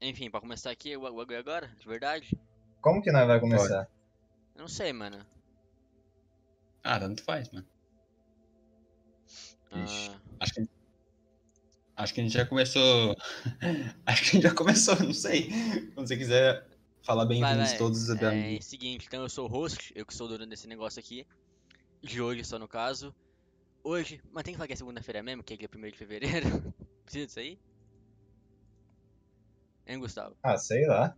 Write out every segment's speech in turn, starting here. Enfim, pra começar aqui, o bagulho agora, de verdade? Como que nós vai começar? Eu não sei, mano. Ah, tanto faz, mano. Ah, Ixi. Acho que, acho que a gente já começou. acho que a gente já começou, não sei. Quando você quiser falar vai, bem-vindos vai. todos. da- É, é seguinte, então eu sou o host, eu que sou o dono desse negócio aqui. De hoje só no caso. Hoje, mas tem que falar que é segunda-feira mesmo, que é dia 1 de fevereiro. Precisa disso aí? Hein, Gustavo? Ah, sei lá.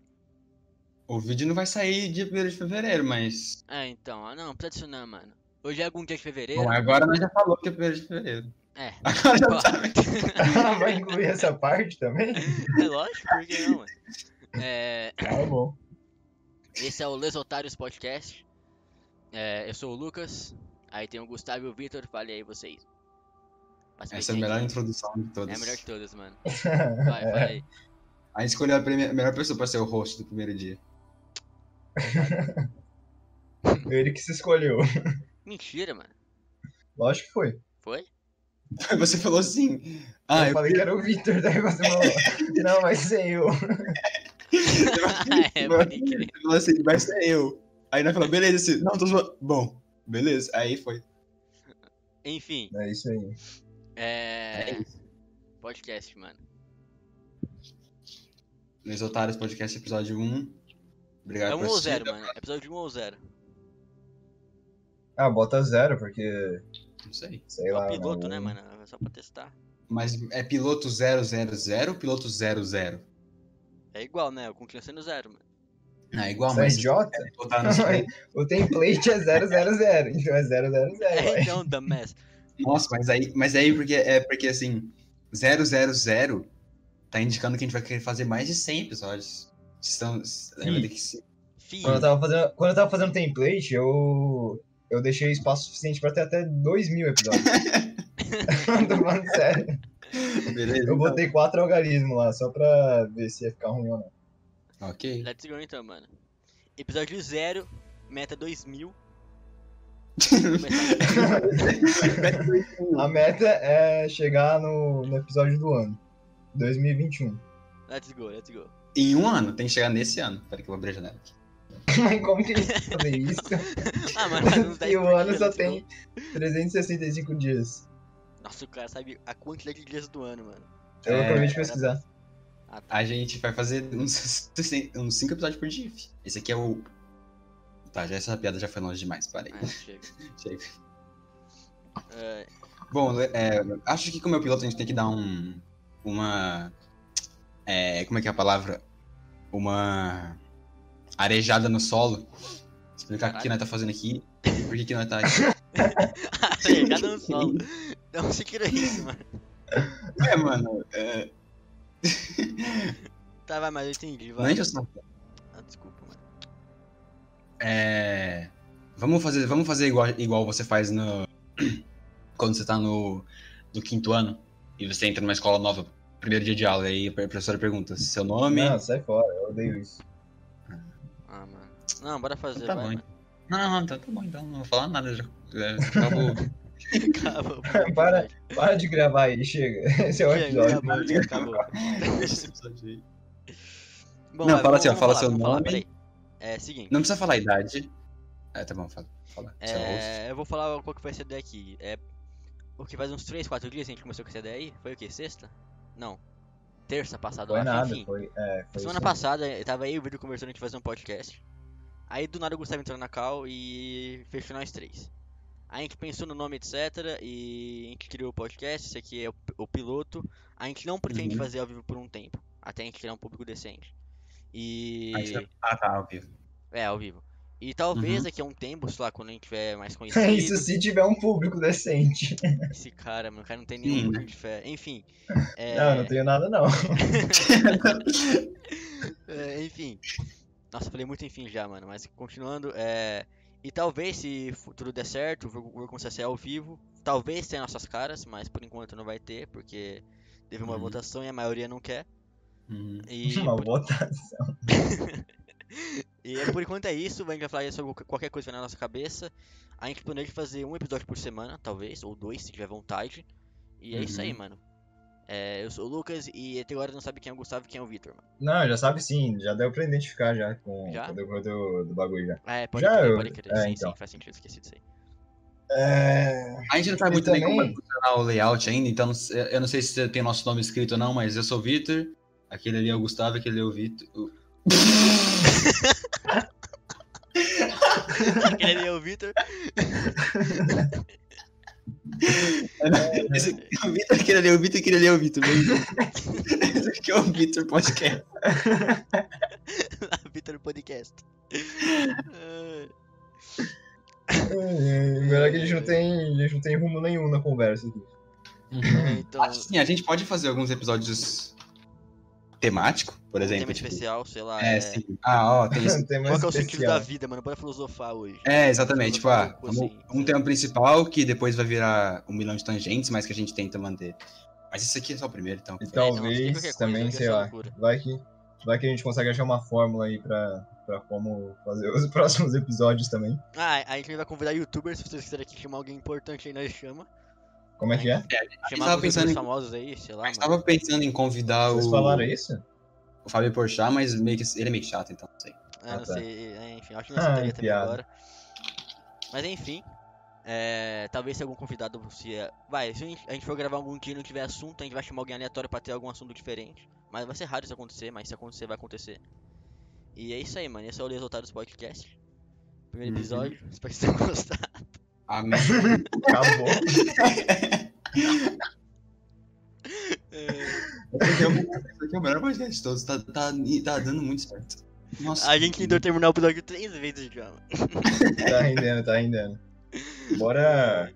O vídeo não vai sair dia 1 de fevereiro, mas. Ah, então, ah não, não precisa disso não, mano. Hoje é algum dia de fevereiro. Bom, agora nós já falou que é 1 de fevereiro. É. Agora já Ó. sabe. vai incluir essa parte também? É lógico, por que não, mano? É, Tá bom. esse é o Les Otários Podcast. É, eu sou o Lucas. Aí tem o Gustavo e o Vitor. Fale aí vocês. Mas Essa é a bem, melhor gente, introdução de É todas. a melhor de todas, mano. Vai, fala É, aí. A gente escolheu a prime- a melhor pessoa pra ser o host do primeiro dia. Ele que se escolheu. Mentira, mano. Lógico que foi. Foi? Aí Você falou assim. Ah, eu, eu, falei que era o Victor, daí você falou. Não, vai ser eu. é, pode crer. Você falou assim, vai ser eu. Aí nós falamos, beleza, assim, não, tô zoando. Bom, beleza. Aí foi. Enfim, É isso aí. é. Podcast, mano. Meus Otários Podcast, episódio 1. Obrigado É 1 por ou assistir. 0, mano. Episódio 1 ou 0. Ah, bota zero, porque, Não sei. sei É lá. o piloto, não- né, mano? É Só pra testar. Mas é piloto 000 ou piloto 00? É igual, né? Eu continuo sendo zero, mano. Não, é igual, Ah, Você é mas. idiota? botar nos- O template é 000, então é 000. É, ué. então, dumbass. Nossa, mas aí, mas aí porque, é porque assim, 000 tá indicando que a gente vai querer fazer mais de 100 episódios. Estamos, lembra Ih. de que se- Fih, tá. Quando eu tava fazendo, quando eu tava fazendo template, eu, eu deixei espaço suficiente pra ter até 2 mil episódios. Tô falando sério. Beleza? então. Eu botei quatro algarismos lá, só pra ver se ia ficar ruim ou não. Ok. let's go então, mano. Episódio 0, meta 2000. Começar- A meta é chegar no, no episódio do ano. 2021. let's go, let's go. em um ano, tem que chegar nesse ano. Peraí que eu vou abrir a janela aqui. Mas como que a gente vai fazer isso? Ah, mano, faz uns então. 10 e o por ano dia, só let's go. tem 365 dias. Nossa, o cara sabe a quantidade de dias do ano, mano. Eu É, acabei de pesquisar. A gente vai fazer uns 60 uns 5 episódios por dia. fi. Esse aqui é o. Tá, já essa piada já foi longe demais, parei. Ah, chega. Chega. É, Bom, é, acho que como é o piloto a gente tem que dar um. Uma. é, como é que é a palavra? Uma. Arejada no solo. Explicar o que que nós tá fazendo aqui. Por que, que nós tá aqui. é, já deu um solo. Não se queira isso, mano. É, mano. É, Tá, vai, mas eu entendi, não vai. enche o saco. Ah, desculpa, mano. É, Vamos fazer, vamos fazer igual, igual você faz no. Quando você tá no, no quinto ano e você entra numa escola nova, primeiro dia de aula, e aí a professora pergunta seu nome. Não, sai fora, eu odeio isso. Ah, mano. Não, bora fazer, Tá vai, bom, mano. Não, não, não, então tá bom, então não vou falar nada. Já, já, acabou. Acabou. Para. Para de gravar aí, chega. Esse é o Chega, episódio. acabou, já acabou. Esse episódio aí. Bom, Não, vai, fala vamos- assim, ó, vamos falar, fala seu vamos falar, nome. peraí. É, seguinte. Não precisa falar a idade. É, tá bom, fala. fala. Você é o host. É, eu vou falar qual que foi essa ideia aqui. É, porque faz uns 3, 4 dias que a gente começou com essa ideia aí. Foi o quê? Sexta? Não. Terça passada, eu Foi acho. nada, Enfim, foi. É, foi semana isso. passada eu tava aí o vídeo conversando a gente fazer um podcast. Aí do nada o Gustavo entrou na cal e fechou nós três. Aí a gente pensou no nome, etc. E a gente criou o podcast. Esse aqui é o, o piloto. A gente não pretende Uhum. fazer ao vivo por um tempo. Até a gente criar um público decente. E. A é gente vai- Ah, tá, ao vivo. É, ao vivo. E talvez daqui a um tempo, sei lá, quando a gente tiver mais conhecido. Uhum. É Isso se tiver um público decente. Esse cara, mano, o cara não tem Sim, nenhum né? pouquinho de fé. Enfim. É, Não, não tenho nada não. é, enfim. Nossa, falei muito enfim já, mano. Mas continuando, é. E talvez, se fu- tudo der certo, o jogo o jogo começar a ser é ao vivo. Talvez tenha nossas caras, mas por enquanto não vai ter, porque teve uma Uhum. votação e a maioria não quer. Uhum. E, Uma por, votação. e é- por enquanto é isso, a gente vai falar sobre qual- qualquer coisa que vem na nossa cabeça. A gente planeja fazer um episódio por semana, talvez, ou dois, se tiver vontade. E é isso aí, Uhum. mano. É, eu sou o Lucas e até agora não sabe quem é o Gustavo e quem é o Vitor, mano. Não, já sabe sim, já deu pra identificar já com Já? com o decorrer do, do bagulho já. Ah, É, pode Já crer, eu- pode crer. é, sim, então. sim, faz sentido, esqueci disso aí. É. A gente não sabe E muito bem como vai também- funcionar o layout ainda, então não sei- eu não sei se tem nosso nome escrito ou não, mas eu sou o Vitor, aquele ali é o Gustavo, aquele é o Vitor. o- Aquele ali é o Vitor. Esse aqui é o Vitor, aquele ali é o Vitor, aquele ali é o Vitor. mas- Esse aqui é o Vitor Podcast. Vitor Podcast. Ah, É, Melhor que a gente não tem, a gente não tem rumo nenhum na conversa aqui. é, então, Acho que sim, a gente pode fazer alguns episódios temáticos, por um exemplo. tema tipo, especial, sei lá. É, é- sim. Ah, ó, tem isso. Tem mais Qual que é o sentido da especial. vida, mano? Bora filosofar hoje. É, exatamente. Tipo, ah, Tipo vamos- assim, um tema principal que depois vai virar um milhão de tangentes, mas que a gente tenta manter. Mas isso aqui é só o primeiro, então. E então, assim, qualquer talvez coisa, também, essa sei lá. loucura. Vai que, vai que a gente consegue achar uma fórmula aí pra, pra como fazer os próximos episódios também. Ah, a gente vai convidar youtubers, se vocês quiserem aqui chamar alguém importante aí, nós chama. Como é que é? Chamar tava alguns pensando youtubers em- famosos aí, sei lá, Mas mano. tava pensando em É convidar Vocês o, falaram isso? o Fábio Porchat, mas meio que, ele é meio chato, então não sei. Ah, não Ah, tá. sei, é, enfim, acho que Ah, não aceitaria também piada. agora. Mas enfim, é, talvez se algum convidado se é- Vai, se a gente- a gente for gravar algum dia e não tiver assunto, a gente vai chamar alguém aleatório pra ter algum assunto diferente. Mas vai ser raro isso acontecer, mas se acontecer, vai acontecer. E é isso aí, mano. Esse é o resultado do podcast. Primeiro Uhum. episódio, espero que vocês tenham gostado. Amém. Acabou. É, Esse aqui é o melhor podcast de todos, tá, tá, tá dando muito certo. Nossa. A gente tentou terminar o episódio três vezes já, mano. tá rendendo, tá rendendo. Bora.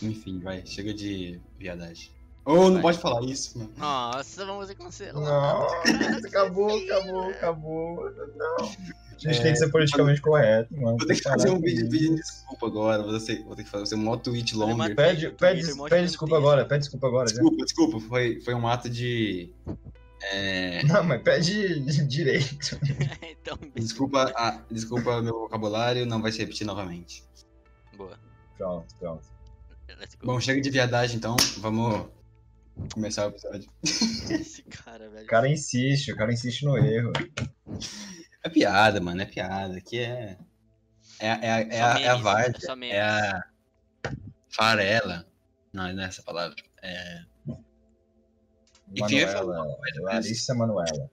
Enfim, vai, chega de viadagem. Ou não Vai. pode falar isso, mano. Nossa, vamos ser Não, cancelados. acabou, acabou, acabou. Não. A gente É, tem que ser politicamente correto, mano. Vou ter que fazer um vídeo pedindo desculpa agora, vou ter, vou ter que fazer um maior tweet Olha, longo. mano, Pede, pede, um Twitter, mostra pede no desculpa texto. agora, pede desculpa agora. né? já. Desculpa, desculpa, foi, foi um ato de. é, Não, mas pede direito. então, desculpa, a- desculpa meu vocabulário, não vai se repetir novamente. boa. Pronto, pronto. Let's go. Bom, chega de viadagem então, vamos começar o episódio. Esse cara, velho. O cara insiste, o cara insiste no erro. É piada, mano, é piada. Aqui é. É, é, é, é, Só a, é a memes, várzea, é só memes. é a. Farela. Não, não é essa palavra. É. E quem vai Manuela, Larissa Manuela.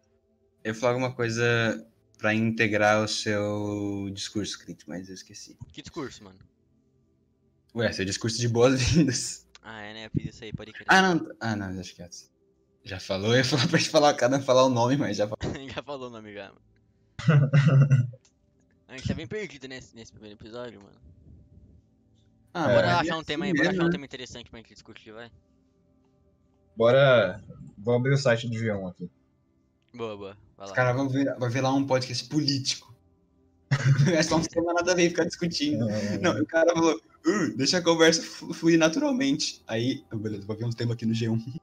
Eu ia falar alguma coisa pra integrar o seu discurso escrito, mas eu esqueci. Que discurso, mano? Ué, seu discurso de boas-vindas. Ah, é, né? Eu fiz isso aí, pode crer. Ah, não. Ah, não, deixa quieto. Já falou, eu ia falar pra gente falar, cada um falar o nome, mas já falou. Já falou o nome, já. mano. A gente tá bem perdido nesse, nesse primeiro episódio, mano. Ah, É. Bora mas achar um assim tema aí, bora mesmo, achar um né? tema interessante pra gente discutir, vai. Bora. Vou abrir o site do G1 aqui. Boa, boa. Vai Os lá. caras vão ver, vai ver lá um podcast político. é só um tema nada a ver ficar discutindo. Não, e o cara falou, "Uh, deixa a conversa flu- fluir naturalmente. Aí, eu, beleza, vou ver uns temas aqui no G1.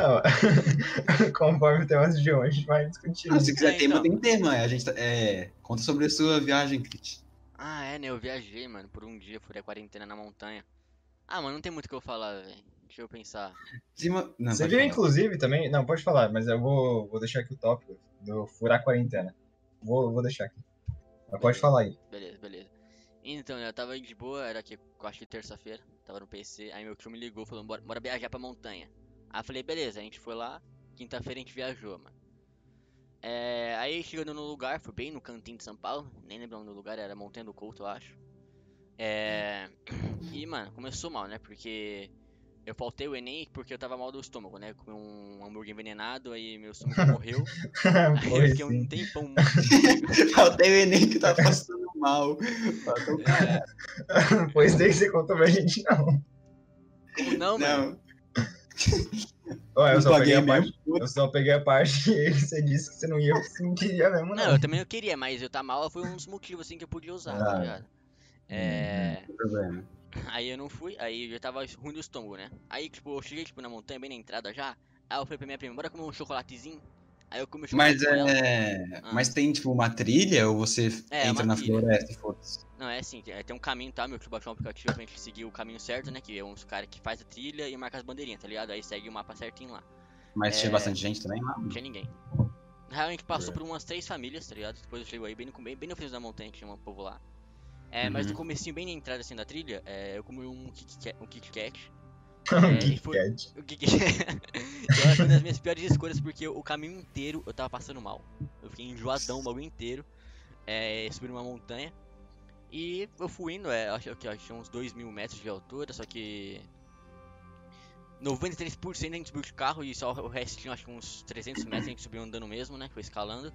Não, Conforme o tema do G1, a gente vai discutir. Ah, se quiser É, tema, então. tem tema. A gente tá- é, conta sobre a sua viagem, Crit. Ah, é, né? Eu viajei, mano, por um dia, furei a quarentena na montanha. Ah, mano, não tem muito o que eu falar, velho. Deixa eu pensar. Cima- Não, Você pode viu, falar. inclusive, também. Não, pode falar, mas eu vou, vou deixar aqui o tópico do furar a quarentena. Vou, vou deixar aqui. Mas pode falar aí. Beleza, beleza. Então, eu tava de boa, era aqui, eu acho que terça-feira, tava no PC, aí meu tio me ligou falando, bora, bora viajar pra montanha. Aí eu falei, beleza, a gente foi lá, quinta-feira a gente viajou, mano. É, aí chegando no lugar, foi bem no cantinho de São Paulo, nem lembro o nome do lugar, era Montanha do Couto, eu acho. É, e, mano, começou mal, né, porque eu faltei o Enem porque eu tava mal do estômago, né, comi um hambúrguer envenenado, aí meu estômago morreu, aí eu Foi fiquei um sim. tempão muito... Faltei o Enem que tá passando mal. Então, Faltou- É, Pois daí você contou pra gente, não. como É, tipo, não, mano? Não, Ó, eu não só peguei paguei a parte. mesmo. Eu só peguei a parte que você disse que você não ia, você não queria mesmo, Não, não. eu também não queria, mas eu tá mal foi um dos motivos assim que eu podia usar, tá Ah. ligado? É, Não tem problema. aí eu não fui, aí eu tava ruim do estômago, né? Aí, tipo, eu cheguei tipo, na montanha, bem na entrada já. Aí eu falei pra minha prima, bora comer um chocolatezinho. Aí eu comi o chocolate Mas com ela. é. Ah. Mas tem, tipo, uma trilha ou você É, entra uma na trilha. floresta e foda-se? Não, é assim, é, tem um caminho, tá? Meu, que baixou um aplicativo pra gente seguir o caminho certo, né? Que é uns caras que faz a trilha e marca as bandeirinhas, tá ligado? Aí segue o mapa certinho lá. Mas É. tinha bastante gente também lá. Não tinha ninguém. Na real, a gente passou É. por umas três famílias, tá ligado? Depois eu chego aí bem no, bem, bem no fim da montanha que tinha um povo lá. É, mas no Uhum. comecinho, bem na entrada assim da trilha, é, eu comi um Kit Kat. Um Kit Kat. Um É, Kit e foi- Kat. O que que- que eu acho uma das minhas piores escolhas, porque o caminho inteiro eu tava passando mal. Eu fiquei enjoadão o bagulho inteiro. É, subi numa montanha. E eu fui indo, é, eu acho que eu achei uns 2 mil metros de altura, só que. 93% a gente subiu de carro e só o restinho, acho que uns 300 metros a gente subiu andando mesmo, né? Foi escalando.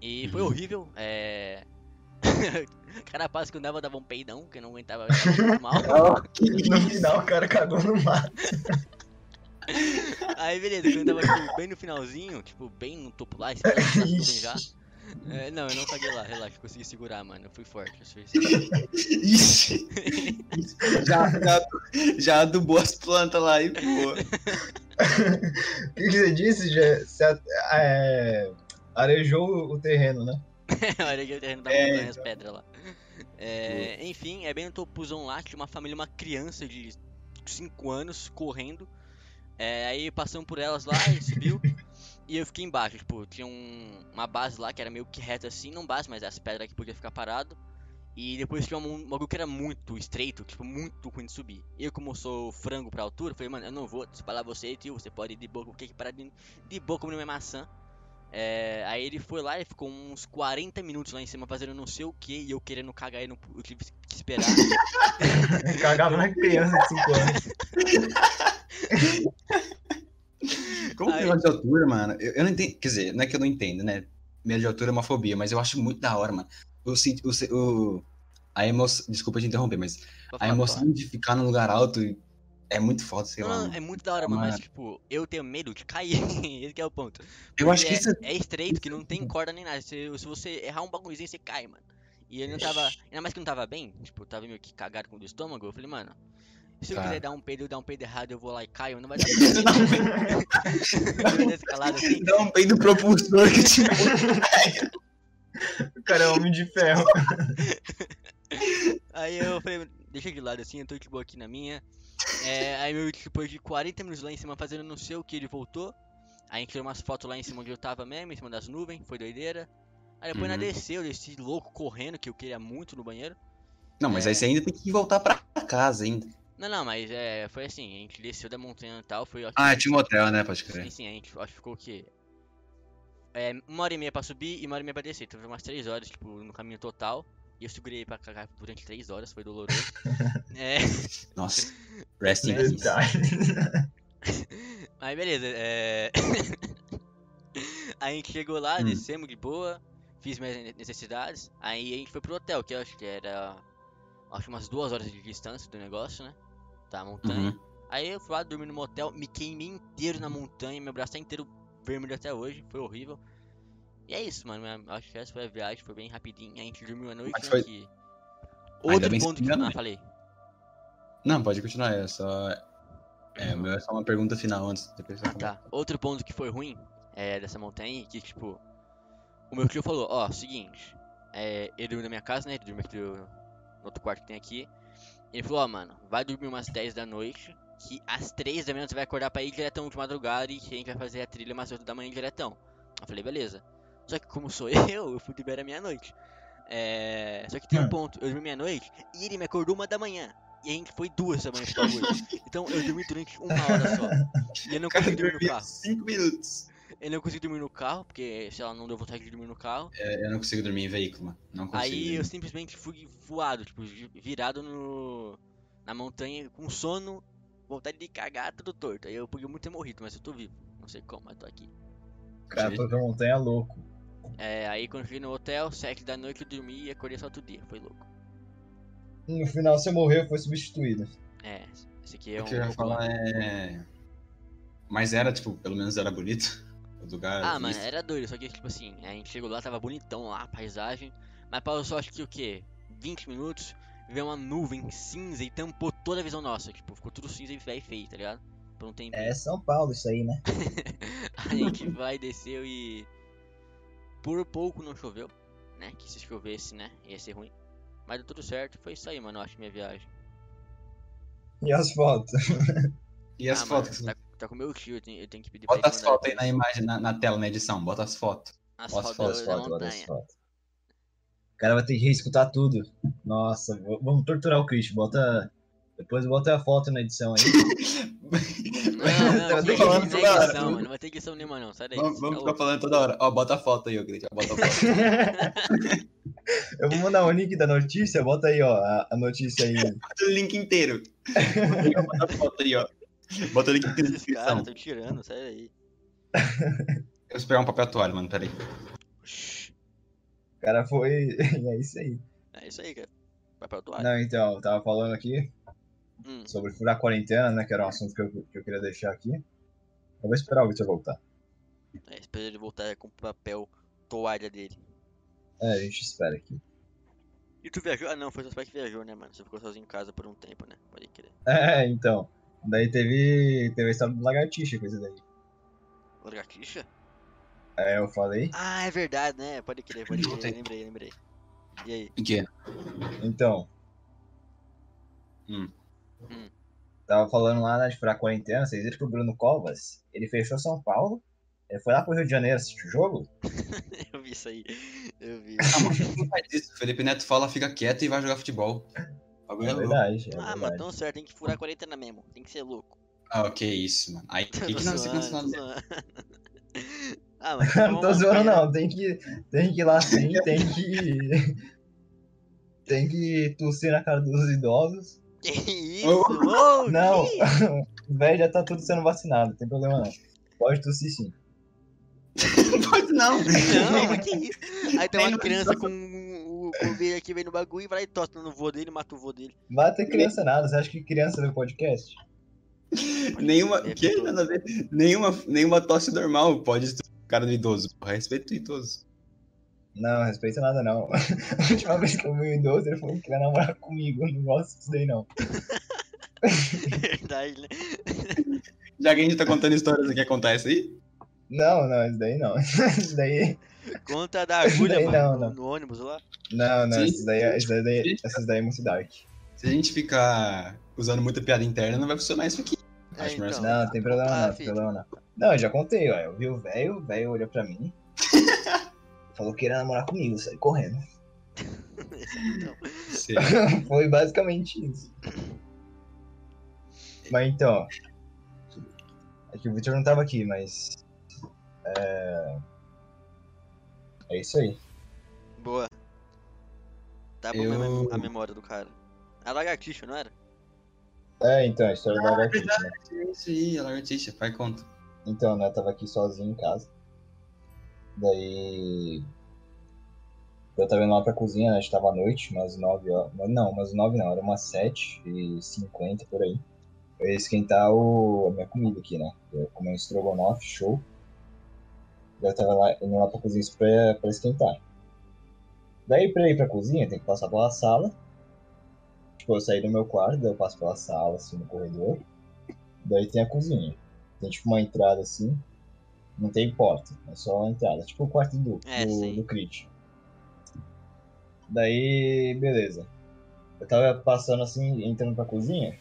E foi Uhum. horrível, é. Cada passo que eu andava eu dava um peidão, que eu não aguentava, eu tava muito mal. No final o cara cagou no mar. Aí beleza, quando eu tava tipo, bem no finalzinho, tipo, bem no topo lá, esperando as pessoas Ixi. já. É, não, eu não caguei lá, relaxa, consegui segurar, mano. Eu fui forte, eu fui forte. Ixi! já, já, já adubou as plantas lá e boa. O que que você disse? Já, você, a- é, arejou o terreno, né? Eu areguei o terreno da É, montanha, as pedras lá. É, enfim, é bem no topuzão lá, tinha uma família, uma criança de 5 anos correndo. É, aí passamos por elas lá e subiu. e eu fiquei embaixo, tipo, tinha um- uma base lá que era meio que reta assim, não base, mas as pedras que podia ficar parado. E depois tinha um um bagulho que era muito estreito, tipo, muito ruim de subir. Eu, como eu sou frango pra altura, eu falei, mano, eu não vou falar você, tio, você pode ir de boa, o que que parar de, de boa comendo minha maçã. É, aí ele foi lá e ficou uns 40 minutos lá em cima fazendo não sei o que e eu querendo cagar e não, eu tive que esperar. Cagava na criança de 5 anos. Como Ai. tem medo de altura, mano? Eu, eu não entendo. Quer dizer, não é que eu não entendo, né? Medo de altura é uma fobia, mas eu acho muito da hora, mano. Eu sinto. eu se- eu- a emoção. Desculpa te interromper, mas Pra a falar, emoção de ficar num lugar alto é muito foda, sei Não, lá. não, é muito da hora, mano, mas Mano. tipo, eu tenho medo de cair. Esse que é o ponto. Eu acho Porque que isso é. Uhum. é, é estreito, que não tem corda nem nada. Se, se você errar um bagulhozinho, você cai, mano. E ele não tava. Ainda mais que não tava bem, tipo, tava meio que cagado com o do estômago. Eu falei, mano, se eu Tá. quiser dar um peido, eu dar um peido errado, eu vou lá e caio, não vai dar pra mim. Dá escalada assim. Dá um peido propulsor que te É. O cara é homem de ferro. Aí eu falei, deixa de lado assim, eu tô de boa aqui na minha. É, aí meu, depois de 40 minutos lá em cima fazendo não sei o que, ele voltou. Aí a gente tirou umas fotos lá em cima onde eu tava mesmo, em cima das nuvens, foi doideira. Aí depois na Uhum. desceu, eu desci louco correndo, que eu queria muito no banheiro. Não, mas É. aí você ainda tem que voltar pra casa ainda. Não, não, mas é, foi assim, a gente desceu da montanha e tal, foi ótimo. Ah, tinha um hotel, né? Pode Sim, crer. sim, a gente acho que ficou o quê? É, uma hora e meia pra subir e uma hora e meia pra descer. Então foi umas três horas, tipo, no caminho total. E eu segurei pra cagar durante três horas, foi doloroso. é, Nossa. Rest in Rest peace. in- Aí beleza, é. aí a gente chegou lá, Hum. descemos de boa, fiz minhas ne- necessidades. Aí a gente foi pro hotel, que eu acho que era. Acho umas duas horas de distância do negócio, né? Da montanha. Uhum. Aí eu fui lá, dormi no motel, me queimei inteiro na montanha, meu braço tá inteiro vermelho até hoje, foi horrível. E é isso, mano. minha- Acho que essa foi a viagem, foi bem rapidinho. A gente dormiu a noite, Mas né, foi- que- Outro bem que ponto você que. me Ah, amou. falei. Não, pode continuar. É só. É, o meu é só uma pergunta final antes. Depois você Ah, fala. tá. Outro ponto que foi ruim é, dessa montanha é que, tipo, o meu tio falou: Ó, seguinte, é, ele dormiu na minha casa, né? Ele dormiu aqui no no outro quarto que tem aqui. Ele falou: Ó, mano, vai dormir umas 10 da noite, que às 3 da manhã você vai acordar pra ir diretão de madrugada e que a gente vai fazer a trilha umas 8 da manhã diretão. Eu falei: Beleza. Só que, como sou eu, eu fui dormir à meia-noite. É, Só que tem um Hum. ponto: eu dormi meia-noite e ele me acordou uma da manhã. E a gente foi duas da manhã pro bagulho. Então eu dormi durante uma hora só. E eu não O cara consegui dormir no dormiu carro. 5 minutos. Eu não consegui dormir no carro, porque, sei lá, não deu vontade de dormir no carro. É, Eu não consigo dormir em veículo, mano. Não consigo. Aí eu dormir. simplesmente fui voado, tipo, vi- virado no... na montanha com sono, vontade de cagar, tudo torto. Aí eu podia muito ter morrido, mas eu tô vivo. Não sei como, mas tô aqui. O cara foi pra montanha louco. É, aí quando eu cheguei no hotel, 7 da noite eu dormi e acordei só outro dia. Foi louco. No final você morreu e foi substituído. É, esse aqui é O um. que eu ia pouco- falar é. Mas era, tipo, pelo menos era bonito. O lugar. Ah, a mano, vista. era doido, só que tipo assim, a gente chegou lá, tava bonitão lá, a paisagem. Mas Paulo só acho que o quê? 20 minutos, veio uma nuvem cinza e tampou toda a visão nossa. Tipo, ficou tudo cinza e feio, feio tá ligado? Por um tempo. É São Paulo isso aí, né? a gente vai, desceu e. Por pouco não choveu, né? Que se chovesse, né? Ia ser ruim. Mas deu tudo certo, foi isso aí, mano. Eu acho minha viagem. E as fotos? E as Ah, mano, fotos? Tá, né? tá com meu tio, eu tenho, eu tenho que pedir Bota pra ele. as mandar fotos aí né? na depois. imagem, na, na tela, na edição. Bota as fotos. As Bota fotos as da- da Foda-se, foda-se, foda-se, montanha. foda-se. O cara vai ter que reescutar tudo. Nossa, v- vamos torturar o Christian. Bota. Depois bota a foto na edição aí. Não, não, Tá não, falando não, toda tem hora. edição, mano. Não tem edição nenhuma, não. Sai daí. Vamos, tá vamos ficar louco. falando toda hora. Ó, bota a foto aí, ô Cristian. Bota a foto. Eu vou mandar o link da notícia, bota aí, ó, a, a notícia aí. Bota o link inteiro. bota a foto aí, ó. Bota o link inteiro na Esses descrição. caras estão tirando, sai daí. Eu preciso pegar um papel toalha, mano, peraí. Shhh. O cara foi. É isso aí. É isso aí, cara. Papel toalha. Não, então, eu tava falando aqui Hum, sobre furar a quarentena, né? Que era um assunto que eu, que eu queria deixar aqui. Eu vou esperar o Victor voltar. é, espera ele voltar com o papel toalha dele. É, a gente espera aqui. E tu viajou? Ah, não, foi seus pais que viajou, né, mano? Você ficou sozinho em casa por um tempo, né? Pode crer. É, então. Daí teve, teve a história do lagartixa, coisa daí. Lagartixa? É, eu falei. Ah, é verdade, né? Pode crer, pode Voltei. crer. Lembrei, lembrei. E aí? O quê? Então. Hum. Hum. Tava falando lá, né, de furar a quarentena, vocês viram que o Bruno Covas, ele fechou São Paulo, ele foi lá pro Rio de Janeiro assistir o jogo? Eu vi isso aí. Eu vi. Ah, mano, não faz isso. Felipe Neto fala, fica quieto e vai jogar futebol. Agora É é louco. verdade, é Ah, mano, verdade. tão certo, tem que furar a quarentena mesmo. Tem que ser louco. Ah, ok, isso, mano. Aí Eu que tô não vai ser zoando, cancelado. tô zoando. Ah, mano, Não tô vamos- zoando não, tem que, tem que ir lá sim, tem que... Tem que tossir na cara dos idosos. Que isso? Ô, Não, que- velho, já tá tudo sendo vacinado, não tem problema não. Pode tossir sim. Não pode não. Não, mas que isso? Aí tem Nem uma no- criança com o Covid aqui, vem no bagulho e vai e tosta no vô dele, mata o vô dele. Mata criança nada, você acha que criança no podcast? Nenhuma, É, que? tudo. Nada a ver. Nenhuma, nenhuma tosse normal pode estuprar o cara do idoso. Porra, respeito o idoso. Não, respeita nada não. A última vez que eu vi um idoso, ele falou que vai namorar comigo. Eu não gosto disso daí não. Verdade, né? Já que a gente tá contando histórias, você quer contar isso aí? Não, não, isso daí não. Isso daí. Conta da agulha, Não, mano, não. no ônibus lá. Não, não, Sim. isso daí, isso daí, essas daí é muito dark. Se a gente ficar usando muita piada interna, não vai funcionar isso aqui. É, Acho melhor então. Não, tá tem problema Ah, não, tem filho. problema não. Não, eu já contei, ó. Eu vi o velho, o velho olhou pra mim. Falou que ia namorar comigo, saiu correndo. Você- Foi basicamente isso. Mas então. É que o Victor não tava aqui, mas. É. É isso aí. Boa. Tá bom Eu- mesmo a memória do cara. A lagartixa, não era? É, então, a história do lagartixa, né? É isso aí, ela é artista, faz conta. Então, né, eu tava aqui sozinho em casa. Daí. Eu tava indo lá pra cozinha, né? A gente tava à noite, umas 9 horas. Não, umas 9 não, era umas 7 e 50 por aí. Eu ia esquentar o... a minha comida aqui, né? Eu ia comer um estrogonofe, show. Daí eu tava lá, indo lá pra cozinha isso pra, pra esquentar. Daí pra ir pra cozinha, tem que passar pela sala. Tipo, eu saí do meu quarto, daí eu passo pela sala, assim, no corredor. Daí tem a cozinha. Tem tipo uma entrada assim. Não tem porta, é só uma entrada. Tipo o quarto do, É, do, sim. do Crit. Daí, beleza. Eu tava passando assim, entrando pra cozinha.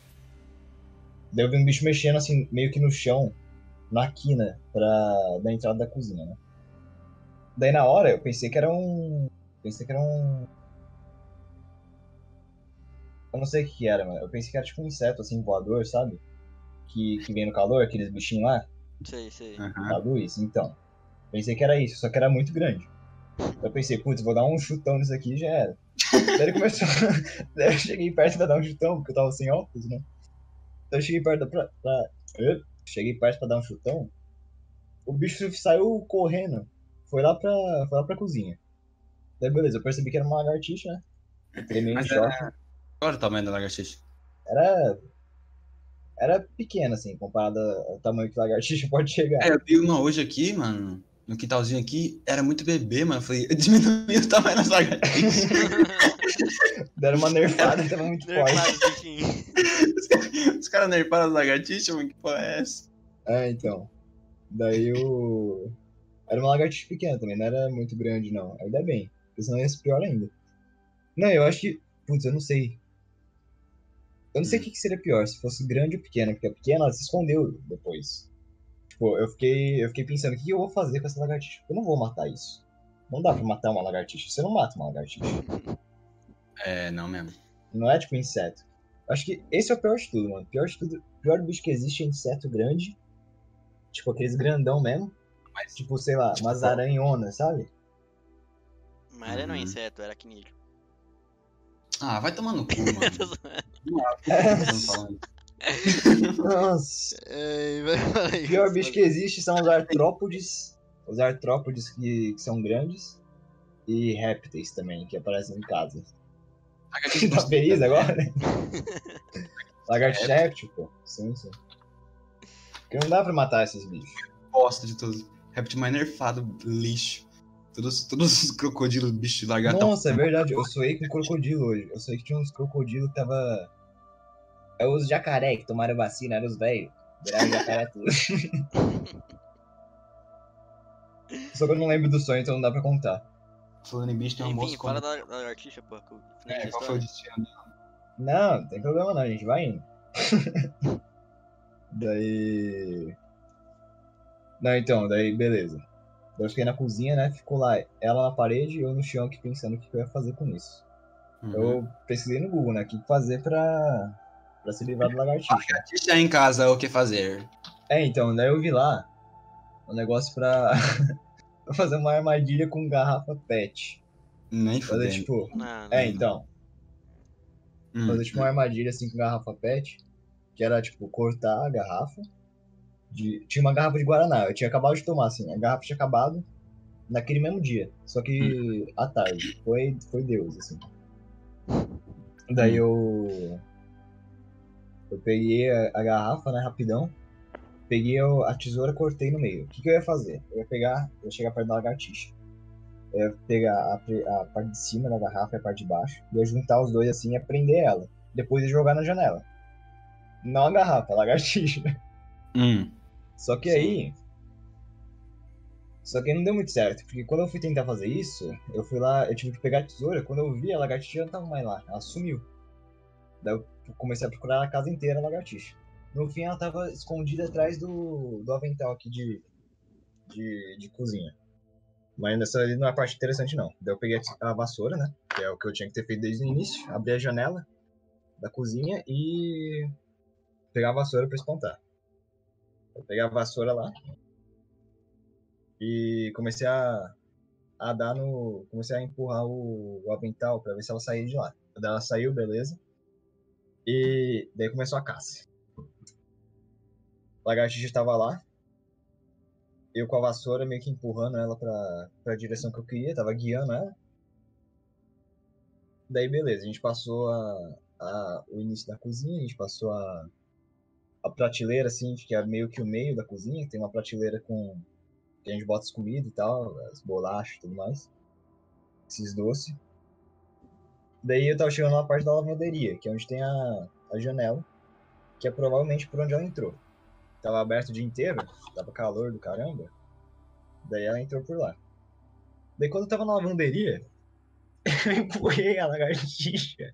Daí eu vi um bicho mexendo assim, meio que no chão, na quina pra, da entrada da cozinha, né? Daí na hora eu pensei que era um. Pensei que era um. Eu não sei o que que era, mano. Eu pensei que era tipo um inseto assim, voador, sabe? Que, que vem no calor, aqueles bichinhos lá Sei, sei. Aham. da luz, então. Pensei que era isso, só que era muito grande. Eu pensei, putz, vou dar um chutão nisso aqui e já era. Daí ele começou. Daí eu cheguei perto pra dar um chutão, porque eu tava sem óculos, né? Então eu cheguei perto pra. pra- eu cheguei perto pra dar um chutão. O bicho saiu correndo. Foi lá pra, foi lá pra cozinha. Daí beleza, eu percebi que era uma lagartixa, né? Eu tremei em Mas é- choque. era... Olha o tamanho da lagartixa. Era. Era pequena, assim, comparada ao tamanho que lagartixa pode chegar. É, eu vi uma hoje aqui, mano, no quintalzinho aqui, era muito bebê, mano. Eu Falei, eu diminui o tamanho das lagartixas. Deram uma nerfada, tava muito forte. Nerfado, bichinho. Os caras nerfaram as lagartixas, mano, que porra é essa? É, então. Daí o. Era uma lagartixa pequena também, não era muito grande, não. Ainda bem, porque senão ia ser pior ainda. Não, eu acho que. Putz, eu não sei. Eu não sei o que, que seria pior, se fosse grande ou pequena, porque a pequena ela se escondeu depois. Tipo, eu fiquei, eu fiquei pensando, o que que eu vou fazer com essa lagartixa? Tipo, Eu não vou matar isso. Não dá pra matar uma lagartixa, você não mata uma lagartixa. É, não mesmo. Não é tipo inseto. Acho que esse é o pior de tudo, mano. Pior de tudo, pior bicho que existe é inseto grande. Tipo aqueles grandão mesmo. Mas- tipo, sei lá, umas aranhonas, sabe? Mas ela não é Uhum. inseto, era aracnídeo. Ah, vai tomar no cu, mano. Tão falando. Nossa. O pior Pior bicho que existe são os artrópodes. Os artrópodes que, que são grandes. E répteis também, que aparecem em casa. Lagartixa não Tá feliz suda, agora? Lagartixa réptil, pô. Sim, sim. Porque não dá pra matar esses bichos. Bosta de todos. Réptil mais nerfado, lixo. Todos, todos os crocodilos, bicho, lagarto. Nossa, é verdade. Eu sonhei com crocodilo hoje. Eu sonhei que tinha uns crocodilo que tava. É os jacaré que tomaram vacina, eram os velhos. Viraram jacaré tudo. Só que eu não lembro do sonho, então não dá pra contar. Falando em bicho, tem um Enfim, moço fala como... da, da lagartixa, pô. que eu finalizei a É, qual foi o história. destino? Não, não tem problema não, a gente vai indo. daí. Não, então, daí beleza. Daí Eu fiquei na cozinha, né? Ficou lá ela na parede e eu no chão aqui pensando o que que eu ia fazer com isso. Uhum. Eu pesquisei no Google, né? O que fazer pra, pra se livrar do lagartixa. Lagartixa é em casa, o que fazer? É, então, daí eu vi lá um negócio pra pra fazer uma armadilha com garrafa pet. Nem Fazer fudendo. tipo. Não, não. É, então. Hum. fazer tipo uma armadilha assim com garrafa pet, que era tipo cortar a garrafa. de- Tinha uma garrafa de Guaraná, eu tinha acabado de tomar, assim, a garrafa tinha acabado naquele mesmo dia, só que à tarde. Foi, foi Deus, assim. Daí eu. Eu peguei a, a garrafa, né, rapidão. Peguei o- a tesoura, cortei no meio. O que, que eu ia fazer? Eu ia pegar, eu ia chegar perto da lagartixa. Eu ia é pegar a, pre- a parte de cima da garrafa e a parte de baixo. Ia juntar os dois assim e ia prender ela. Depois ia jogar na janela. Não a garrafa, a lagartixa. Hum. Só que Sim. aí. Só que aí não deu muito certo, porque quando eu fui tentar fazer isso, eu fui lá, eu tive que pegar a tesoura, quando eu vi a lagartixa ela não tava mais lá, ela sumiu. Daí eu comecei a procurar a casa inteira a lagartixa. No fim ela tava escondida atrás do, do avental aqui de, de, de cozinha. Mas nessa ali não é a parte interessante não. Daí eu peguei a a vassoura, né, que é o que eu tinha que ter feito desde o início, abri a janela da cozinha e pegar a vassoura pra espantar. Eu peguei a vassoura lá e comecei a, a dar no. Comecei a empurrar o, o avental pra ver se ela saía de lá. Daí ela saiu, beleza. E daí começou a caça. O lagartixa estava lá. Eu com a vassoura meio que empurrando ela pra, pra direção que eu queria, tava guiando ela. Daí beleza, a gente passou a, a- o início da cozinha, a gente passou a, a prateleira, assim, que é meio que o meio da cozinha, tem uma prateleira com. que a gente bota as comidas e tal, as bolachas e tudo mais. Esses doces. Daí eu tava chegando na parte da lavanderia, que é onde tem a, a janela, que é provavelmente por onde ela entrou. Tava aberto o dia inteiro, tava calor do caramba. Daí ela entrou por lá. Daí quando eu tava na lavanderia, eu empurrei a lagartixa.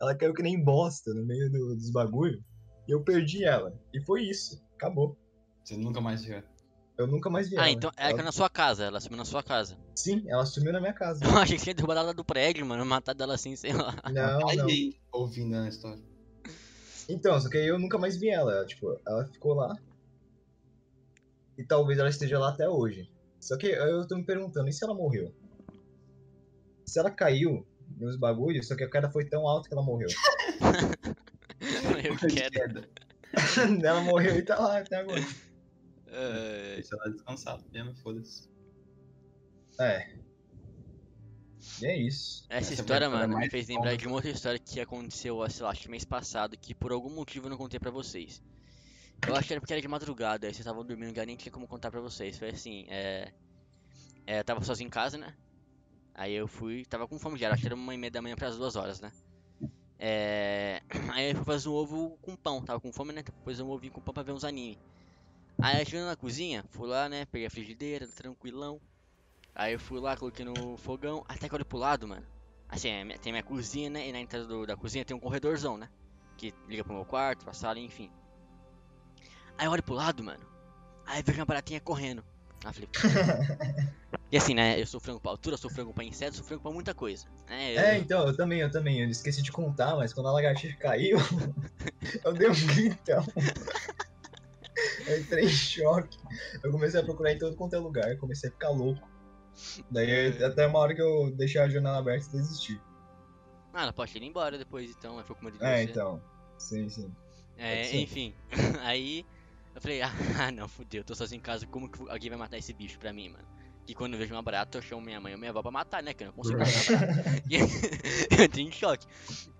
Ela caiu que nem bosta no meio do- dos bagulho. E eu perdi ela. E foi isso. Acabou. Você nunca mais vê. Eu nunca mais vi ela. é, Ah, então ela ela caiu na sua casa, ela sumiu na sua casa. Sim, ela sumiu na minha casa. Eu achei que tinha derrubado ela do prédio, mano, matado ela assim, sei lá. Não, não. Alguém ouvindo a história. Então, só que aí eu nunca mais vi ela. Ela, Tipo, ela ficou lá. E talvez ela esteja lá até hoje. Só que aí eu tô me perguntando, e se ela morreu? Se ela caiu nos bagulhos, só que a queda foi tão alta que ela morreu. Eu quero. ela morreu e tá lá até agora. É, Deixa ela descansada mesmo, foda-se. É. E é isso. Essa Essa história, é a história mano, me mais fez lembrar de uma outra história que aconteceu, ó, sei lá, acho que mês passado, que por algum motivo eu não contei pra vocês. Eu acho que era porque era de madrugada, aí vocês estavam dormindo, já nem tinha como contar pra vocês. Foi assim, é... é. eu Tava sozinho em casa, né? Aí eu fui, tava com fome já, acho que era uma e meia da manhã pras duas horas, né? É... Aí eu fui fazer um ovo com pão, tava com fome, né? Depois um ovinho com pão pra ver uns anime. Aí eu chegando na cozinha, fui lá, né? Peguei a frigideira, tranquilão. Aí eu fui lá, coloquei no fogão, até que eu olhei pro lado, mano. Assim, é minha- tem minha cozinha, né? E na entrada do- da cozinha tem um corredorzão, né? Que liga pro meu quarto, pra sala, enfim. Aí eu olho pro lado, mano. Aí vejo uma baratinha correndo. Aí eu falei. e assim, né? Eu sou frango pra altura, sou frango pra inseto, sou frango pra muita coisa. É, eu- É, então, eu também, eu também. Eu esqueci de contar, mas quando a lagartixa caiu, eu dei um gritão. Eu entrei em choque. Eu comecei a procurar em todo quanto é lugar, comecei a ficar louco. Daí É. até uma hora que eu deixei a janela aberta e desisti. Ah, ela pode ter ido embora depois, então. Ela ficou com medo de É, você. então. Sim, sim. É, Pode ser. enfim, aí eu falei, ah não, fudeu, eu tô sozinho em casa, como que alguém vai matar esse bicho pra mim, mano? Que quando eu vejo uma barata, eu chamo minha mãe ou minha avó pra matar, né? Que eu não consigo matar uma barata. E eu entrei em choque.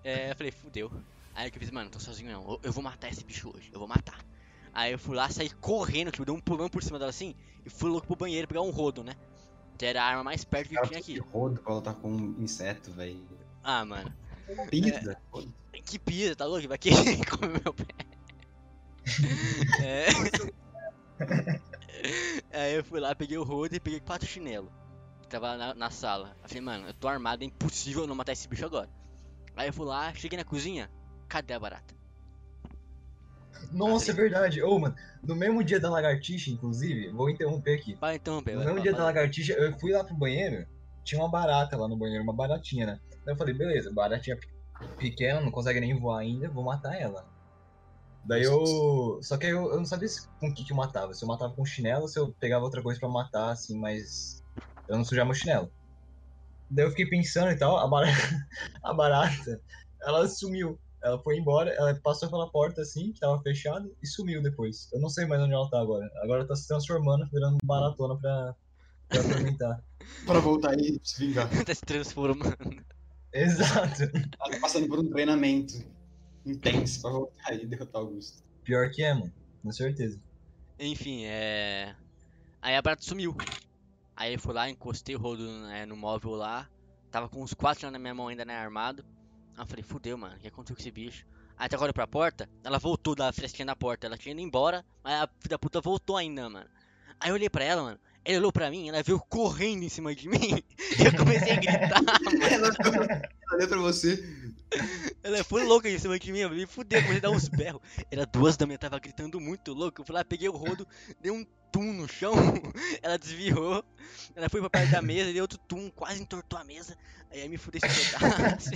É, eu falei, fudeu. Aí o que eu fiz, mano, tô sozinho não, eu, eu vou matar esse bicho hoje, eu vou matar. Aí eu fui lá, saí correndo, tipo, dei um pulão por cima dela assim, e fui louco pro banheiro pegar um rodo, né? Que era a arma mais perto é que Cara, tinha que aqui. rodo pra lutar com um inseto, velho. É. Ah, mano, Pisa. que pisa, tá louco? Vai querer comer meu pé. é... Aí eu fui lá, peguei o rodo e peguei quatro chinelos. que Tava na, na sala. Eu falei, mano, eu tô armado, é impossível eu não matar esse bicho agora. Aí eu fui lá, cheguei na cozinha, cadê a barata? Nossa, é verdade. Ô, mano, no mesmo dia da lagartixa, inclusive, vou interromper aqui. Vai então, Bel. No mesmo dia da lagartixa, eu fui lá pro banheiro, tinha uma barata lá no banheiro, uma baratinha, né? Daí eu falei, beleza, baratinha pe- pequena, não consegue nem voar ainda, vou matar ela. Daí eu. Só que eu, eu não sabia se- com o que, que eu matava. Se eu matava com chinelo, se eu pegava outra coisa pra matar, assim, mas. Eu não sujava o chinelo. Daí eu fiquei pensando e tal, a barata. A barata ela sumiu. Ela foi embora, ela passou pela porta assim, que tava fechada, e sumiu depois. Eu não sei mais onde ela tá agora. Agora ela tá se transformando, virando baratona pra, pra atormentar. Pra voltar aí e se vingar. tá se transformando. Exato. Ela tá passando por um treinamento intenso pra voltar aí e derrotar o Augusto. Pior que é, mano. Com certeza. Enfim, é. Aí a barata sumiu. Aí eu fui lá, encostei o rodo né, no móvel lá. Tava com uns quatro na minha mão ainda, né? Armado. Aí eu falei, fudeu, mano, o que aconteceu com esse bicho? Aí até agora pra porta, ela voltou da fresquinha da porta. Ela tinha ido embora, mas a filha da puta voltou ainda, mano. Aí eu olhei pra ela, mano. Ela olhou pra mim, ela veio correndo em cima de mim. E eu comecei a gritar, mano. Ela olhou pra você. Ela foi louca em cima de mim, eu me fudeu, comecei a dar uns berros. Era duas da manhã, tava gritando muito louco. Eu fui lá, peguei o rodo, dei um tum no chão, ela desviou. Ela foi pra perto da mesa, dei outro tum, quase entortou a mesa. Aí eu me fudei esse pedaço.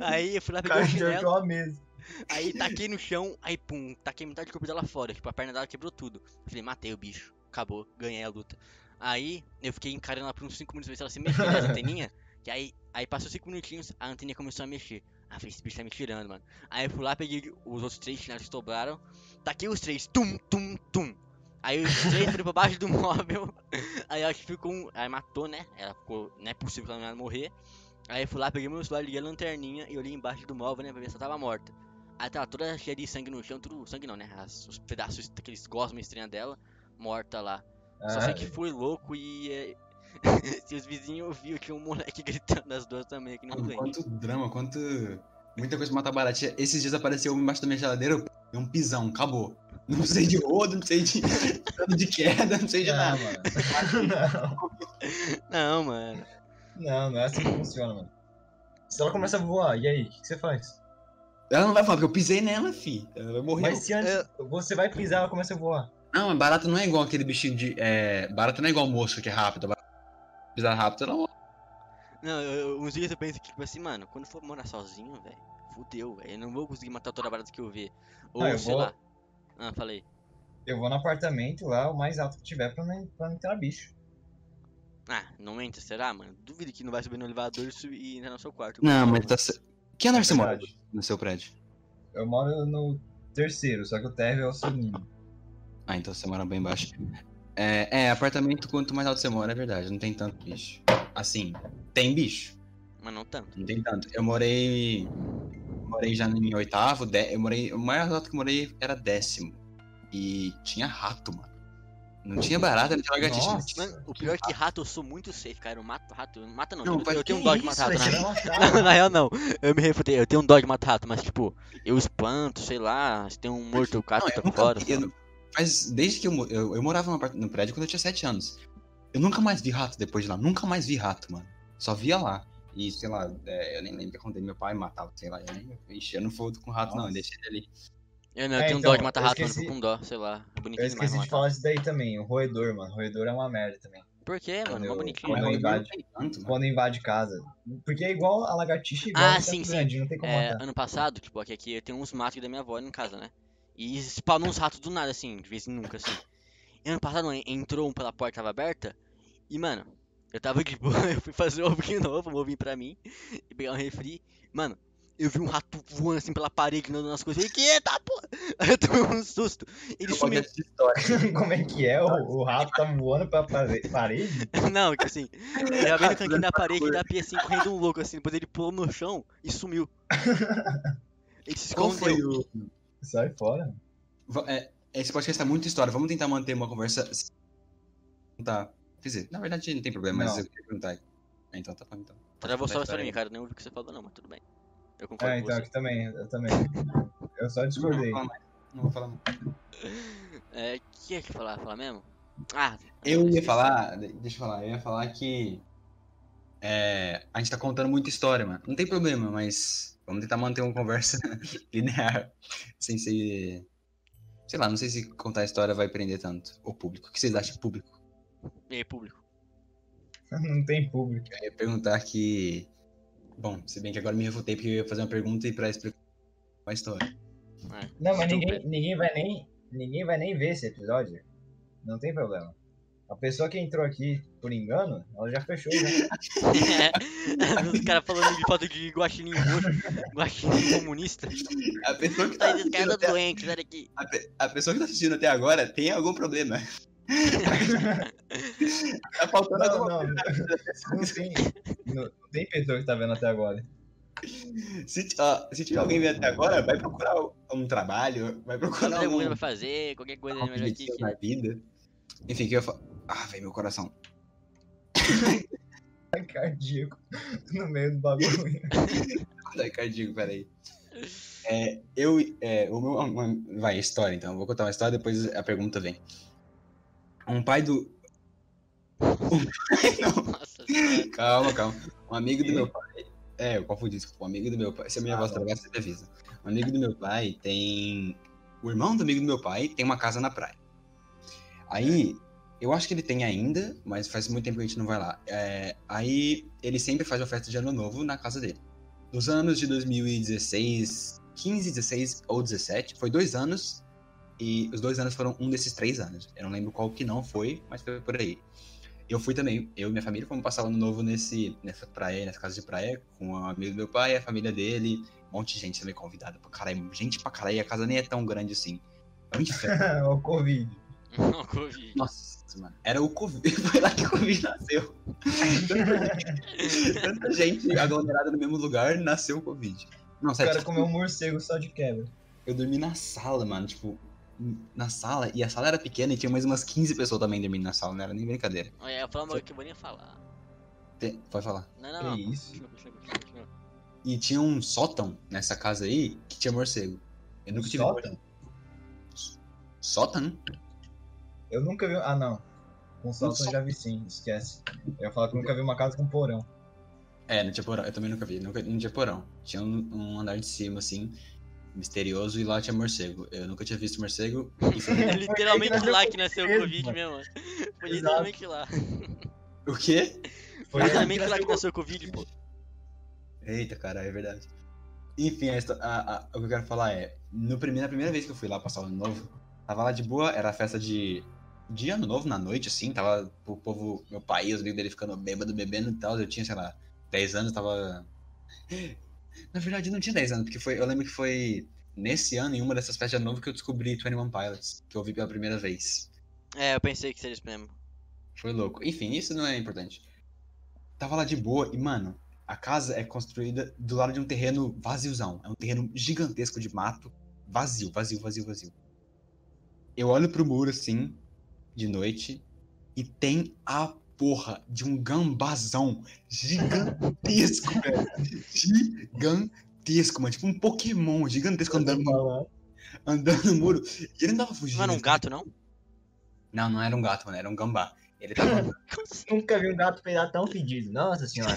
aí eu fui lá, O peguei o cara chinelo, entortou a é mesa. aí taquei no chão, aí pum, taquei metade do corpo dela fora. Tipo, a perna dela quebrou tudo. Eu falei, matei o bicho, acabou, ganhei a luta. Aí eu fiquei encarando ela por uns 5 minutos, ver se ela se mexia nas anteninhas. Que aí, aí passou 5 minutinhos, a anteninha começou a mexer. Ah, falei, esse bicho tá me tirando, mano. Aí eu fui lá, peguei os outros três chinelos que sobraram, taquei os três, tum, tum, tum. Aí os três foram pra baixo do móvel. Aí acho que ficou um. Aí matou, né? Ela ficou. Não é possível que ela não ia morrer. Aí eu fui lá, peguei meu celular, liguei a lanterninha e olhei embaixo do móvel, né? Pra ver se ela tava morta. Aí tava toda cheia de sangue no chão, tudo. Sangue não, né? As- os pedaços, aqueles gosmos estranhos dela, morta lá. Só sei Ah, que foi louco e. é, Se os vizinhos ouviam, tinha um moleque gritando as duas também, que não Mano, doente. quanto drama, quanto. Muita coisa pra matar baratinha. Esses dias apareceu um embaixo da minha geladeira, eu- é um pisão, acabou. Não sei de rodo, não sei de dano de queda, não sei de ah, nada. mano. não, Não, mano. não, não é assim que funciona, mano. Se ela começa a voar, e aí? O que que você faz? Ela não vai falar, porque eu pisei nela, fi. Ela vai morrer. Mas se antes você vai pisar, ela começa a voar. Não, mas barata não é igual aquele bichinho de. É... Barata não é igual moço que é rápido. barata- Pisar rápido, ela morre. Não, eu- eu- uns dias eu penso que, tipo assim, mano, quando eu for morar sozinho, velho, fudeu, velho. Eu não vou conseguir matar toda a barata que eu ver. Ou, eu sei vou- lá. Ah, falei. Eu vou no apartamento lá, o mais alto que tiver, pra não, pra não entrar bicho. Ah, não entra, será, mano? Duvido que não vai subir no elevador e subir e entrar no seu quarto. Não, mas tá. ce- Que andar É você mora verdade. no seu prédio? Eu moro no terceiro, só que o térreo é o segundo. Ah, então você mora bem embaixo. É, é, apartamento, quanto mais alto você mora, é verdade. Não tem tanto bicho. Assim, tem bicho. Mas não tanto. Não tem tanto. Eu morei. Morei já em oitavo, dé- eu morei. O maior alto que eu morei era décimo. E tinha rato, mano. Não tinha barata, não tinha lagartixa. não tinha- Mano, o pior é que rato eu sou muito safe, cara. Eu mato rato. eu não Mata não. Não, eu, mas eu tenho um que dó de isso, matar rato. Na, velho? Não, tá. Não, na real, não. Eu me refutei. Eu tenho um dó de matar rato, mas tipo, eu espanto, sei lá, se tem um morto, eu cato Não, tá eu nunca fora. vi, eu, não- Mas desde que eu, mo- eu, eu morava num apart- num prédio quando eu tinha 7 anos. Eu nunca mais vi rato depois de lá. Nunca mais vi rato, mano. Só via lá. E, sei lá, é, eu nem lembro quando meu pai matava, sei lá. Eu, nem, Ixi, eu não fui com rato, não. Nossa. Eu deixei ele ali. Eu não, eu É, tenho um então, dó de matar eu rato, mano, eu esqueci- fico com dó, sei lá. É Bonitinho Eu demais esqueci de matar. falar isso daí também, o roedor, mano. Roedor é uma merda também. Por quê, É, mano? Mó eu- bonitinho. Mas é não eu não invade. sei tanto, mano. Quando invade casa. Porque é igual a lagartixa e igual Ah, a sim, sim. grande, não tem como É, matar. ano passado, tipo, aqui, aqui eu tenho uns matos da minha avó em casa, né? E spawnou uns ratos do nada, assim, de vez em nunca, assim. E ano passado en- entrou um pela porta, tava aberta. E, mano, eu tava de boa, eu fui fazer um ovinho novo, um ovinho pra mim. E pegar um refri. Mano, eu vi um rato voando assim pela parede, andando nas coisas. Eu falei, que eita, porra! Aí eu tomei um susto. Ele Eu sumiu. conto essa história. Como é que é? O, o rato tá voando pra pare- parede? Não, tipo assim, ele tava no cantinho fazendo da parede parkour. da pia assim, correndo um louco assim. Depois ele pulou no chão e sumiu. Ele se Qual foi escondeu. o... Sai fora. Va- é, Esse podcast é muita história. Vamos tentar manter uma conversa. Tá. Quer dizer, na verdade não tem problema, mas Não. eu queria perguntar. É, Então tá bom, então. Travou só a Vai, história vai. minha, cara. Nem ouvi o que você falou, não, mas tudo bem. Eu concordo É, então, com aqui também, eu também. Eu só Não vou discordei. falar mais. Não vou falar mais. você. É, o que é que eu falar? Falar mesmo? Ah, Eu ia esqueci. falar. de- Deixa eu falar, eu ia falar que. é, a gente tá contando muita história, mano. Não tem problema, mas vamos tentar manter uma conversa linear. Sem ser. Sei lá, não sei se contar a história vai prender tanto o público. O que vocês acham, público? E aí, é, público? Não tem público. Eu ia perguntar que. Bom, se bem que agora eu me refutei porque eu ia fazer uma pergunta e pra explicar a história. Não, mas Estúpido. ninguém, ninguém vai nem. Ninguém vai nem ver esse episódio. Não tem problema. A pessoa que entrou aqui por engano, ela já fechou. Já. É, Os caras falando de foto de guaxinim roxo, guaxinim comunista. A pessoa que Tá esses caras tão doentes, olha aqui. a, pe- a pessoa que tá assistindo até agora tem algum problema. tá faltando Não, alguma não, não, não tem. Não, não tem pessoa que tá vendo até agora. coisa. Se, ti- ó, se tiver alguém vindo até agora, vai procurar um trabalho, vai procurar Qualquer coisa um, pra fazer, qualquer coisa é um melhor que objetivo na vida. Enfim, que eu ia falar. Ah, velho, meu coração. Tá cardíaco no meio do bagulho. Dá cardíaco, peraí. É, eu. É, o meu, uma- vai, história então. Eu Vou contar uma história, depois a pergunta vem. Um pai do. um Nossa senhora. Calma, calma. Um amigo do meu pai. É, eu confundi, desculpa. Um amigo do meu pai. Se a minha Ah, voz não. trabalhar, você me avisa. Um amigo do meu pai tem. O irmão do amigo do meu pai tem uma casa na praia. Aí, eu acho que ele tem ainda, mas faz muito tempo que a gente não vai lá. É, aí, ele sempre faz uma festa de ano novo na casa dele. Nos anos de 2016, 15, 16 ou 17, foi dois anos. E os dois anos foram um desses três anos. Eu não lembro qual que não foi, mas foi por aí. Eu fui também, eu e minha família fomos passar o ano novo nesse, nessa praia, nessa casa de praia, com um amigo do meu pai, a família dele, um monte de gente também convidada pra caralho, gente pra caralho, e a casa nem é tão grande assim. É um inferno. Ó, o Covid. Não, Covid. Nossa, mano. Era o Covid, foi lá que o Covid nasceu. Tanta gente aglomerada no mesmo lugar, nasceu o Covid. Não, O sério, tipo, cara comeu um morcego só de quebra. eu dormi na sala, mano, tipo, na sala, e a sala era pequena e tinha mais umas 15 pessoas também dormindo na sala, não era nem brincadeira. Olha, eu falo uma coisa que eu vou nem falar. Tem- Pode falar. Não, não, Que não. isso? Continua, continua, continua, continua. E tinha um sótão nessa casa aí que tinha morcego. Eu nunca tive Sótão? morcego. Sótão? Eu nunca vi. Ah, não. Com salto só- eu já vi sim, esquece. Eu ia falar que eu nunca vi uma casa com porão. É, não tinha porão. Eu também nunca vi. Nunca, não tinha porão. Tinha um, um andar de cima, assim, misterioso, e lá tinha morcego. Eu nunca tinha visto morcego. E foi... Literalmente lá que nasceu o mesmo, Covid mano. mesmo. Exato. Foi literalmente lá. o quê? Foi Literalmente lá que nasceu o Covid, pô. Eita, cara, é verdade. Enfim, a histó- a- a- o que eu quero falar é: no primeiro, na primeira vez que eu fui lá passar o ano novo, tava lá de boa, era a festa de, de ano novo na noite, assim, tava o povo, meu pai, os amigos dele ficando bêbado, bebendo e tal. Eu tinha, sei lá, 10 anos, tava. Na verdade, não tinha 10 anos, porque foi, eu lembro que foi nesse ano, em uma dessas festas de ano novo, que eu descobri 21 Pilots, que eu ouvi pela primeira vez. É, eu pensei que seria isso mesmo. Foi louco. Enfim, isso não é importante. Tava lá de boa e, mano, a casa é construída do lado de um terreno vaziozão. É um terreno gigantesco de mato. Vazio, vazio, vazio, vazio. Eu olho pro muro assim, de noite, e tem a porra de um gambazão gigantesco, velho. Gigantesco, mano. Tipo um Pokémon gigantesco andando no Falar. andando no muro. E ele não tava fugindo. Não era um gato, não? Não, não era um gato, mano. Era um gambá. Ele tava andando. assim? Nunca vi um gato peidar tão fedido. Nossa senhora.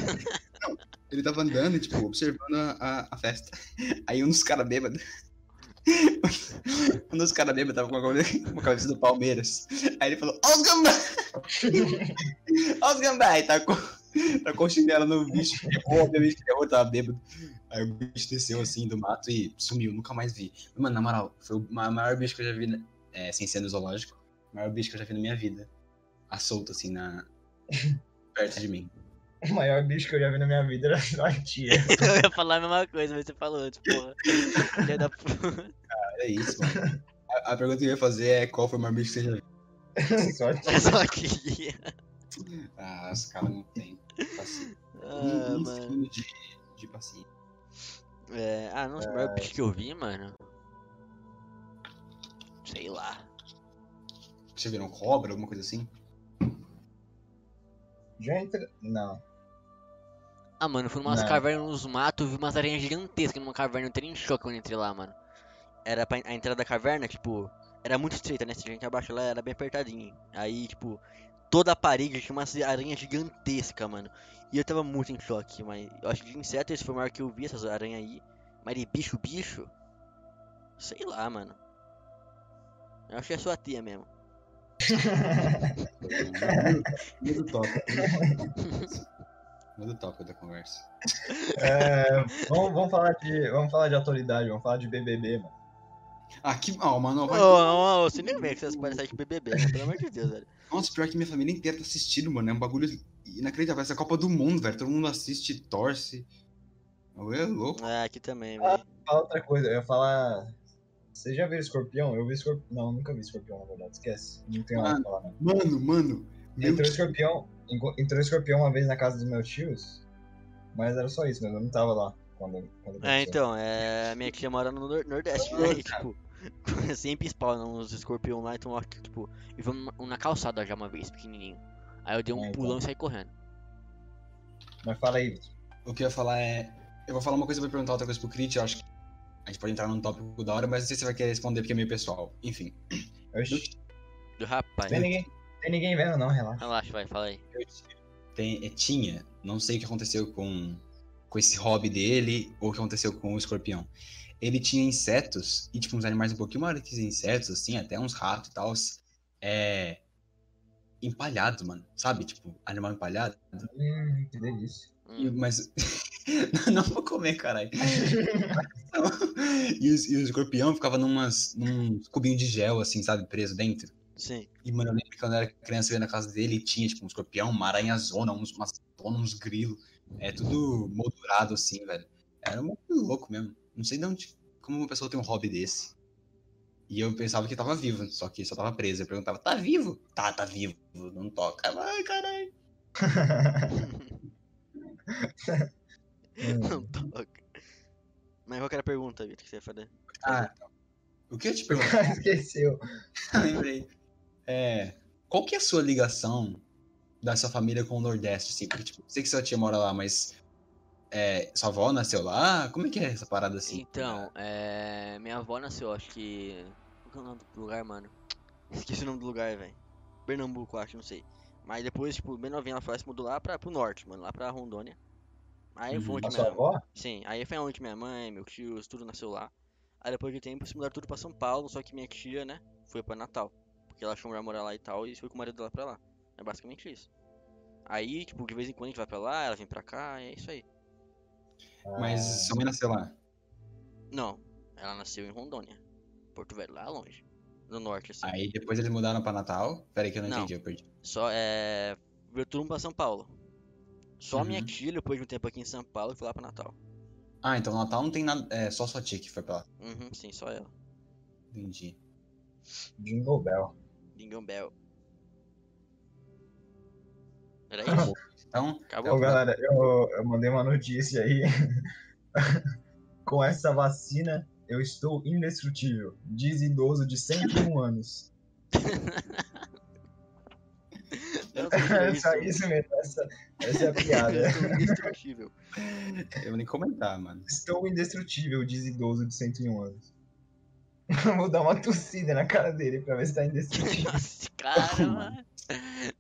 Ele tava andando, tipo, observando a, a- a festa. Aí um dos caras bêbados. um dos caras bêbados tava com uma cabe- uma cabeça do Palmeiras. Aí ele falou: Ó os gambá! Ó os gambá! E tacou, tacou o chinelo no bicho. Ferrou, obviamente, ferrou, tava bêbado. Aí o bicho desceu assim do mato e sumiu, nunca mais vi. Mano, na moral, foi o ma- maior bicho que eu já vi, né? é, sem ser no zoológico, o maior bicho que eu já vi na minha vida. A solto, assim, na. perto de mim. O maior bicho que eu já vi na minha vida era só a tia. Eu ia falar a mesma coisa, mas você falou antes, porra. Filha da puta. É isso, mano. A, a pergunta que eu ia fazer é qual foi o maior bicho que você já viu? Só a tia. Só que. Ah, os caras não têm paciência. Ah, um um mano. quilo de, de paciência. É, ah, não, o maior bicho que eu vi, mano. Sei lá. Vocês viram cobra, alguma coisa assim? Já entra. Não. Ah, mano, eu fui numas Não. cavernas, nos matos, vi umas aranhas gigantescas numa caverna, eu entrei em choque quando eu entrei lá, mano. Era pra, a entrada da caverna, tipo, era muito estreita, né? Se a gente abaixo lá, era bem apertadinho. Aí, tipo, toda a parede tinha umas aranhas gigantescas, mano. E eu tava muito em choque, mas eu acho que de inseto esse foi o maior que eu vi, essas aranhas aí. Mas de bicho, bicho, sei lá, mano. Eu acho que é sua tia mesmo. Muda o tópico. Muda o tópico da conversa. É, vamos, vamos falar de, vamos falar de autoridade, vamos falar de BBB, mano. Ah, que mal, mano. Ô, Vai... ô, ô, você nem vê que vocês parecem de BBB, né? Pelo amor de Deus, velho. Nossa, pior que minha família inteira tá assistindo, mano. É um bagulho inacreditável. Essa é a Copa do Mundo, velho. Todo mundo assiste, torce. É louco. Ah, aqui também, Ah, velho. Fala outra coisa, eu ia falar. Você já viu escorpião? Eu vi escorpião. Não, nunca vi escorpião, na verdade, esquece. Não tenho nada pra falar, não. Mano, mano. Meu Entrou Deus. escorpião, enco- entrou escorpião uma vez na casa dos meus tios, mas era só isso, mas eu não tava lá quando, quando É, aconteceu. então, é. Minha tia mora no nor- Nordeste, né? E, tipo, sempre spawnam uns escorpião lá, então, ó, que, tipo, e vamos na calçada já uma vez, pequenininho. Aí eu dei um É, então. pulão e saí correndo. Mas fala aí, Vitor. O que eu ia falar é. Eu vou falar uma coisa e vou perguntar outra coisa pro Crit. Eu acho que a gente pode entrar num tópico da hora, mas não sei se você vai querer responder porque é meio pessoal. Enfim, Oxi, Do rapaz, Tem ninguém, tem ninguém vendo, não, relaxa. relaxa, vai, fala aí. eu tem, é, tinha. Não sei o que aconteceu com, com esse hobby dele ou o que aconteceu com o escorpião. Ele tinha insetos e, tipo, uns animais um pouquinho maiores que os insetos, assim, até uns ratos e tal. É. Empalhados, mano. Sabe? Tipo, animal empalhado. Hum, que delícia. E- Hum. Mas. não vou comer, caralho. e, os- e o escorpião ficava numas, num cubinho de gel, assim, sabe? Preso dentro. Sim. E, mano, eu lembro que quando eu era criança, eu ia na casa dele e tinha, tipo, um escorpião, uma aranhazona, uns, umas zona, uns grilos. É tudo moldurado, assim, velho. Era muito louco mesmo. Não sei de onde, como uma pessoa tem um hobby desse. E eu pensava que tava vivo, só que só tava preso. Eu perguntava, tá vivo? Tá, tá vivo. Não toca. Ai, caralho. Não toca. Mas qual que era a pergunta, Vitor, que você ia fazer? Ah, o que eu te pergunto? Esqueceu. Ah, lembrei. É, qual que é a sua ligação da sua família com o Nordeste, assim? Porque, tipo, sei que sua tia mora lá, mas é, sua avó nasceu lá? Como é que é essa parada, assim? Então, é. Minha avó nasceu, acho que. Qual que é o nome do lugar, mano? Esqueci o nome do lugar, velho. Pernambuco, acho, não sei. Mas depois, tipo, bem novinha, ela foi lá, se mudou lá pra, pro norte, mano, lá pra Rondônia. Aí foi Uhum. onde A sua minha, avó? Sim, aí foi onde minha mãe, meu tio, tudo nasceu lá. Aí depois de tempo se mudaram tudo pra São Paulo, só que minha tia, né, foi pra Natal. Porque ela achou melhor morar lá e tal, e foi com o marido dela pra lá. É basicamente isso. Aí, tipo, de vez em quando a gente vai pra lá, ela vem pra cá, e é isso aí. Mas Ah, sua mãe nasceu lá. Não, ela nasceu em Rondônia. Porto Velho, lá longe. No norte, assim. Aí depois eles mudaram pra Natal. Peraí que eu não, Não. entendi, eu perdi. Só é. Veio todo mundo pra São Paulo. Só minha Uhum. tia, depois de um tempo aqui em São Paulo, foi lá pra Natal. Ah, então Natal não tem nada. É só sua tia que foi pra lá. Uhum, sim, só ela. Entendi. Ah, Jingle Bell. Dingle Bell. Era isso? Ô, Então, Acabou? galera, eu, eu mandei uma notícia aí. Com essa vacina, eu estou indestrutível. Diz idoso de 101 anos. Eu É sou só isso mesmo, essa, essa é a piada. Eu sou indestrutível. eu vou nem comentar, mano. Estou indestrutível, diz idoso de 101 anos. Vou dar uma tossida na cara dele pra ver se tá indestrutível. Nossa, cara, mano.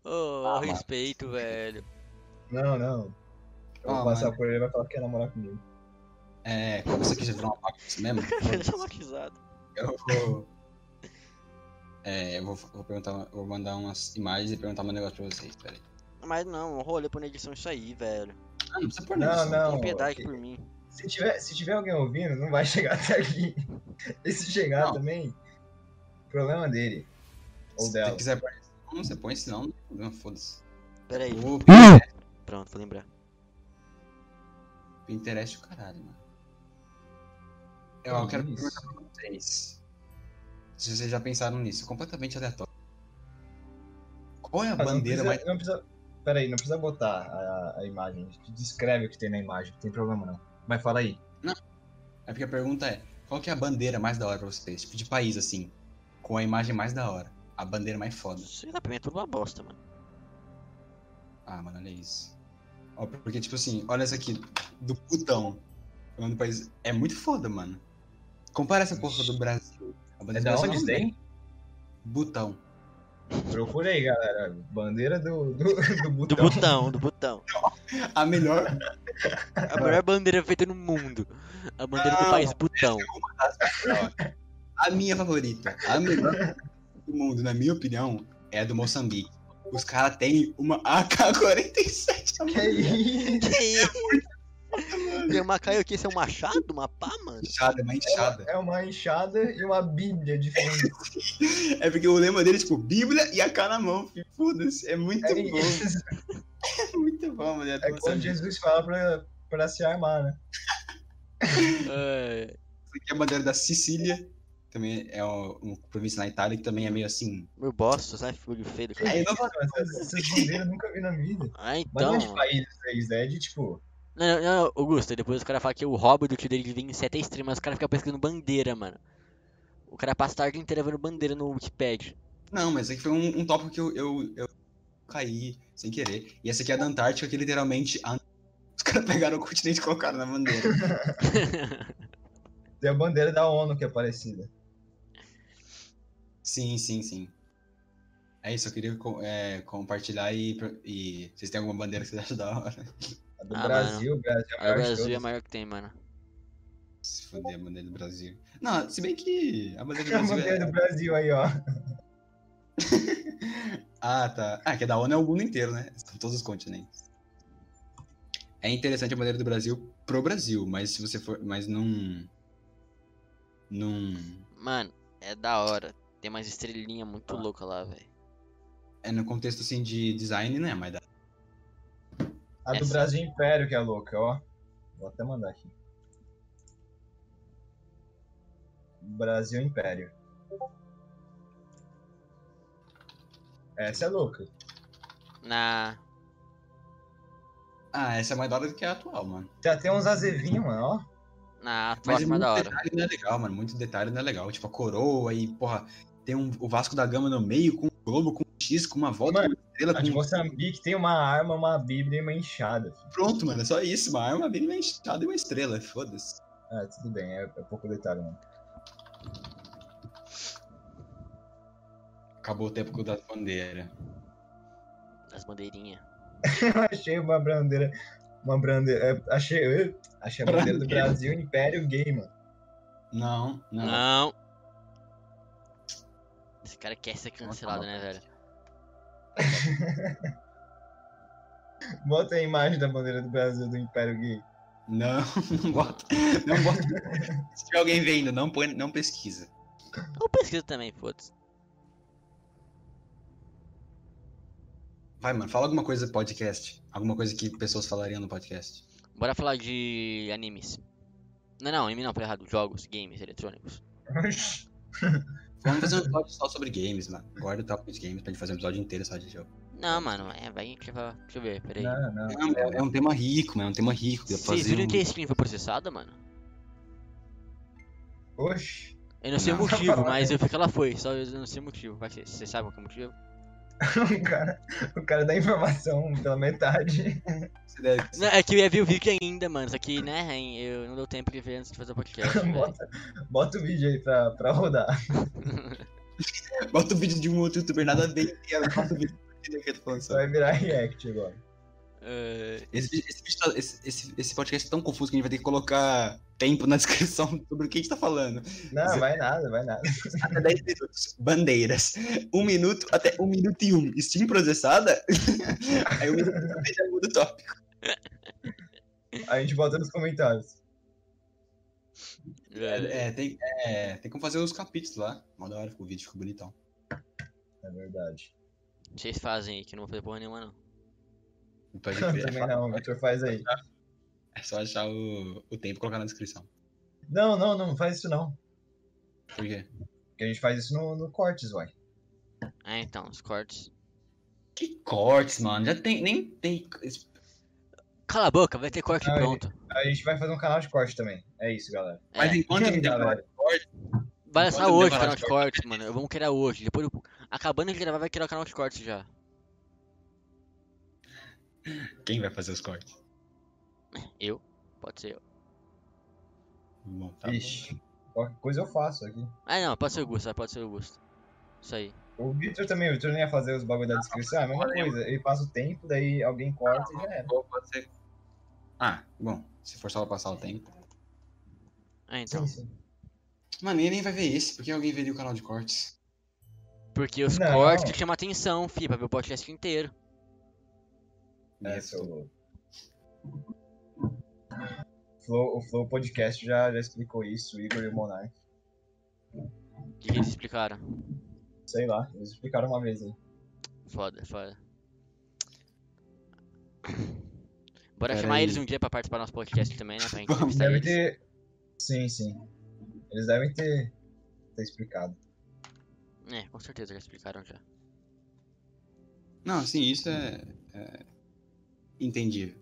Ô, Ah, mano. respeito, velho. Não, não. Eu Ah, vou passar mano. por ele e vai falar que quer namorar comigo. É, quando você quiser virar uma bagunça mesmo, Ele tá traumatizado. eu vou. É, eu vou, vou perguntar, eu vou mandar umas imagens e perguntar um negócio pra vocês, peraí. Mas não, rolê pra edição é isso aí, velho. Ah, não precisa pôr Não, nisso. não. Tem piedade ok. por mim. Se tiver, se tiver alguém ouvindo, não vai chegar até aqui. E se chegar Não. também, problema dele. Ou Se dela. você quiser pôr isso, não, você põe, senão, não, foda-se. Pera aí. O Pronto, vou lembrar. Pinterest, o caralho, mano. Eu Que quero isso? perguntar pra vocês. Se vocês já pensaram nisso, completamente aleatório. Qual é a Ah, não bandeira precisa- mais. Não precisa, peraí, não precisa botar a, a imagem. Descreve o que tem na imagem, não tem problema não. Mas fala aí. É porque a pergunta é: qual que é a bandeira mais da hora pra vocês? Tipo de país, assim. Com a imagem mais da hora. A bandeira mais foda. Sei lá, pra mim é tudo uma bosta, mano. Ah, mano, olha isso. Ó, porque, tipo assim, olha essa aqui. Do putão. É um do país. É muito foda, mano. Compara essa porra do Brasil. A É bandeira da do Brasil onde uma tem? Butão. Procura aí, galera. Bandeira do, do, do Do botão. botão, do botão. A melhor A melhor bandeira feita no mundo. A bandeira do Não, país botão. A minha favorita, a melhor do mundo, na minha opinião, é a do Moçambique. Os caras têm uma AK-47 na Que é mão isso? é Que isso? Tem uma caio aqui, isso é um machado? Uma pá, mano? inchada, uma inchada. É uma enxada e uma bíblia de fundo. É porque o lema dele é tipo Bíblia e AK na mão, filho. Foda-se, é muito É bom, isso. é muito bom, mulher. É quando Moçambique. Jesus fala pra, pra se armar, né? É, Essa aqui é a bandeira da Sicília, também é o- uma província na Itália que também é meio assim. meu bosta, sabe? Bagulho feio do cara. É inovador. Essas, essas bandeiras eu nunca vi na vida. Ah, Mas então. não é de país isso aí, isso daí é de tipo. Não, não, não, Augusto, depois os caras falam que o hobby do tio dele vem em sete extremas, os caras ficam pesquisando bandeira, mano. O cara passa a tarde inteira vendo bandeira no Wikipedia. Não, mas esse aqui foi um, um tópico que eu, eu, eu caí sem querer. E essa aqui é a da Antártica, que literalmente a- os caras pegaram o continente e colocaram na bandeira. Tem a bandeira da ONU que é parecida. Sim, sim, sim. É isso, eu queria co- é, compartilhar e, pro- e vocês têm alguma bandeira que vocês acham da hora? A do Ah, Brasil, o Brasil é a Aí o maior Brasil de é a todas. maior que tem, mano. Se fuder a bandeira do Brasil. Não, se bem que a bandeira do A Brasil bandeira é... do Brasil aí, ó. Ah, tá. Ah, que a da ONU é o mundo inteiro, né? São todos os continentes. É interessante a bandeira do Brasil pro Brasil, mas se você for... Mas num... Num... Mano, é da hora. Tem umas estrelinhas muito louca lá, velho. É no contexto, assim, de design, né? Mas dá- A do Essa. Brasil Império que é louca, ó. Vou até mandar aqui. Brasil Império. Essa é louca. Na. Ah, essa é mais da hora do que a atual, mano. Tem até uns azevinhos, mano, ó. Na Mas próxima muito da hora. detalhe não é legal, mano. Muito detalhe não é legal. Tipo, a coroa e, porra, tem um, o Vasco da Gama no meio, com um globo, com um X, com uma volta, Mano, com uma estrela, A de com... Moçambique tem uma arma, uma bíblia e uma enxada. filho. Pronto, mano, é só isso. Uma arma bem inchada e uma estrela, foda-se. Ah, tudo bem, é, é pouco detalhe, mano. Acabou o tempo da bandeira. As bandeirinhas. Eu achei uma bandeira. Uma bandeira. é, Achei. eh, Achei a bandeira do Brasil um Império Gay, mano. Não, não. Não. Esse cara quer ser cancelado, né, velho? Bota a imagem da bandeira do Brasil do Império Gay. Não, não bota. Não bota. Se tiver alguém vendo, não, põe, não pesquisa. Ou pesquisa também, foda-se. Vai, mano, fala alguma coisa do podcast. Alguma coisa que pessoas falariam no podcast. Bora falar de animes. Não, não, anime não, falei errado. Jogos, games, eletrônicos. Vamos fazer um episódio só sobre games, mano. Guarda o tópico de games pra gente fazer um episódio inteiro só de jogo. Não, mano, é, vai, deixa eu, falar- deixa eu ver, peraí. Não, não. É, é um tema rico, mano. É um tema rico. Dá pra Vocês fazer viram um- que a screen foi processada, mano? Oxi. Eu não sei o Não. motivo, mas eu vi que ela foi, só eu não sei o motivo. Vai ser, vocês sabem qual que é o motivo? o, cara, o cara dá informação pela metade. Você deve- Não, é que eu ia ver o vídeo ainda, mano. Só que, né, hein, eu não deu tempo de ver antes de fazer o podcast. né? velho. bota, bota o vídeo aí pra, pra rodar. Bota o vídeo de um outro youtuber, nada a ver. e ela Bota o vídeo do que eu tô falando Só sobre. vai virar react agora. É, Esse, vídeo- esse, vídeo tá- esse, esse, esse podcast é tão confuso que a gente vai ter que colocar tempo na descrição sobre o que a gente tá falando. Não, vai nada, vai nada. Até 10 minutos. Bandeiras. Um minuto até um minuto e um. Steam processada? Aí um minuto e um já muda o top. A gente bota nos comentários. é, É, tem, é, tem como fazer os capítulos lá. Mó da hora, ficou o vídeo ficou bonitão. É verdade. Vocês fazem aí, que eu não vou fazer porra nenhuma, não. Pode Eu crer. também não, o Victor faz aí. É só achar o, o tempo e colocar na descrição. Não, não, não faz isso não. Por quê? Porque a gente faz isso no, no cortes, uai. Ah, então, os cortes. Que cortes, mano. Já tem. Nem tem. esse- Cala a boca, vai ter corte Ah, é. pronto. A gente vai fazer um canal de corte também. É isso, galera. É, Mas enquanto Ih, não tem galera. corte, vai enquanto lançar não hoje o demorar canal os de cortes, mano. Eu vou criar hoje. Depois eu... Acabando de gravar, vai criar o canal de cortes já. quem vai fazer os cortes? Pode ser eu. Bom, tá. Ixi, qualquer coisa eu faço aqui. Ah, não, pode ser o Gusto, pode ser o Gusto. Isso aí. O Victor também, o Victor não ia fazer os bagulho Ah, da descrição, é a mesma olha aí. coisa. Ele passa o tempo, daí alguém corta e já era. Ou pode ser- Ah, bom. Se for só pra passar o tempo. Ah, então. Mano, ninguém nem vai ver esse. Por que alguém veria o canal de cortes? Porque os Não. cortes que chamam atenção, fi, pra ver o podcast inteiro. É, seu louco. Flow- o Flow Podcast já, já explicou isso, o Igor e o Monark. O que que eles explicaram? Sei lá, eles explicaram uma vez aí. Foda, foda. Bora Pera chamar aí. eles um dia pra participar do nosso podcast também, né? Pra gente Vamos, entrevistar Deve eles. ter. Sim, sim. Eles devem ter, ter explicado. É, com certeza já explicaram já. Não, assim, isso é. é... Entendível.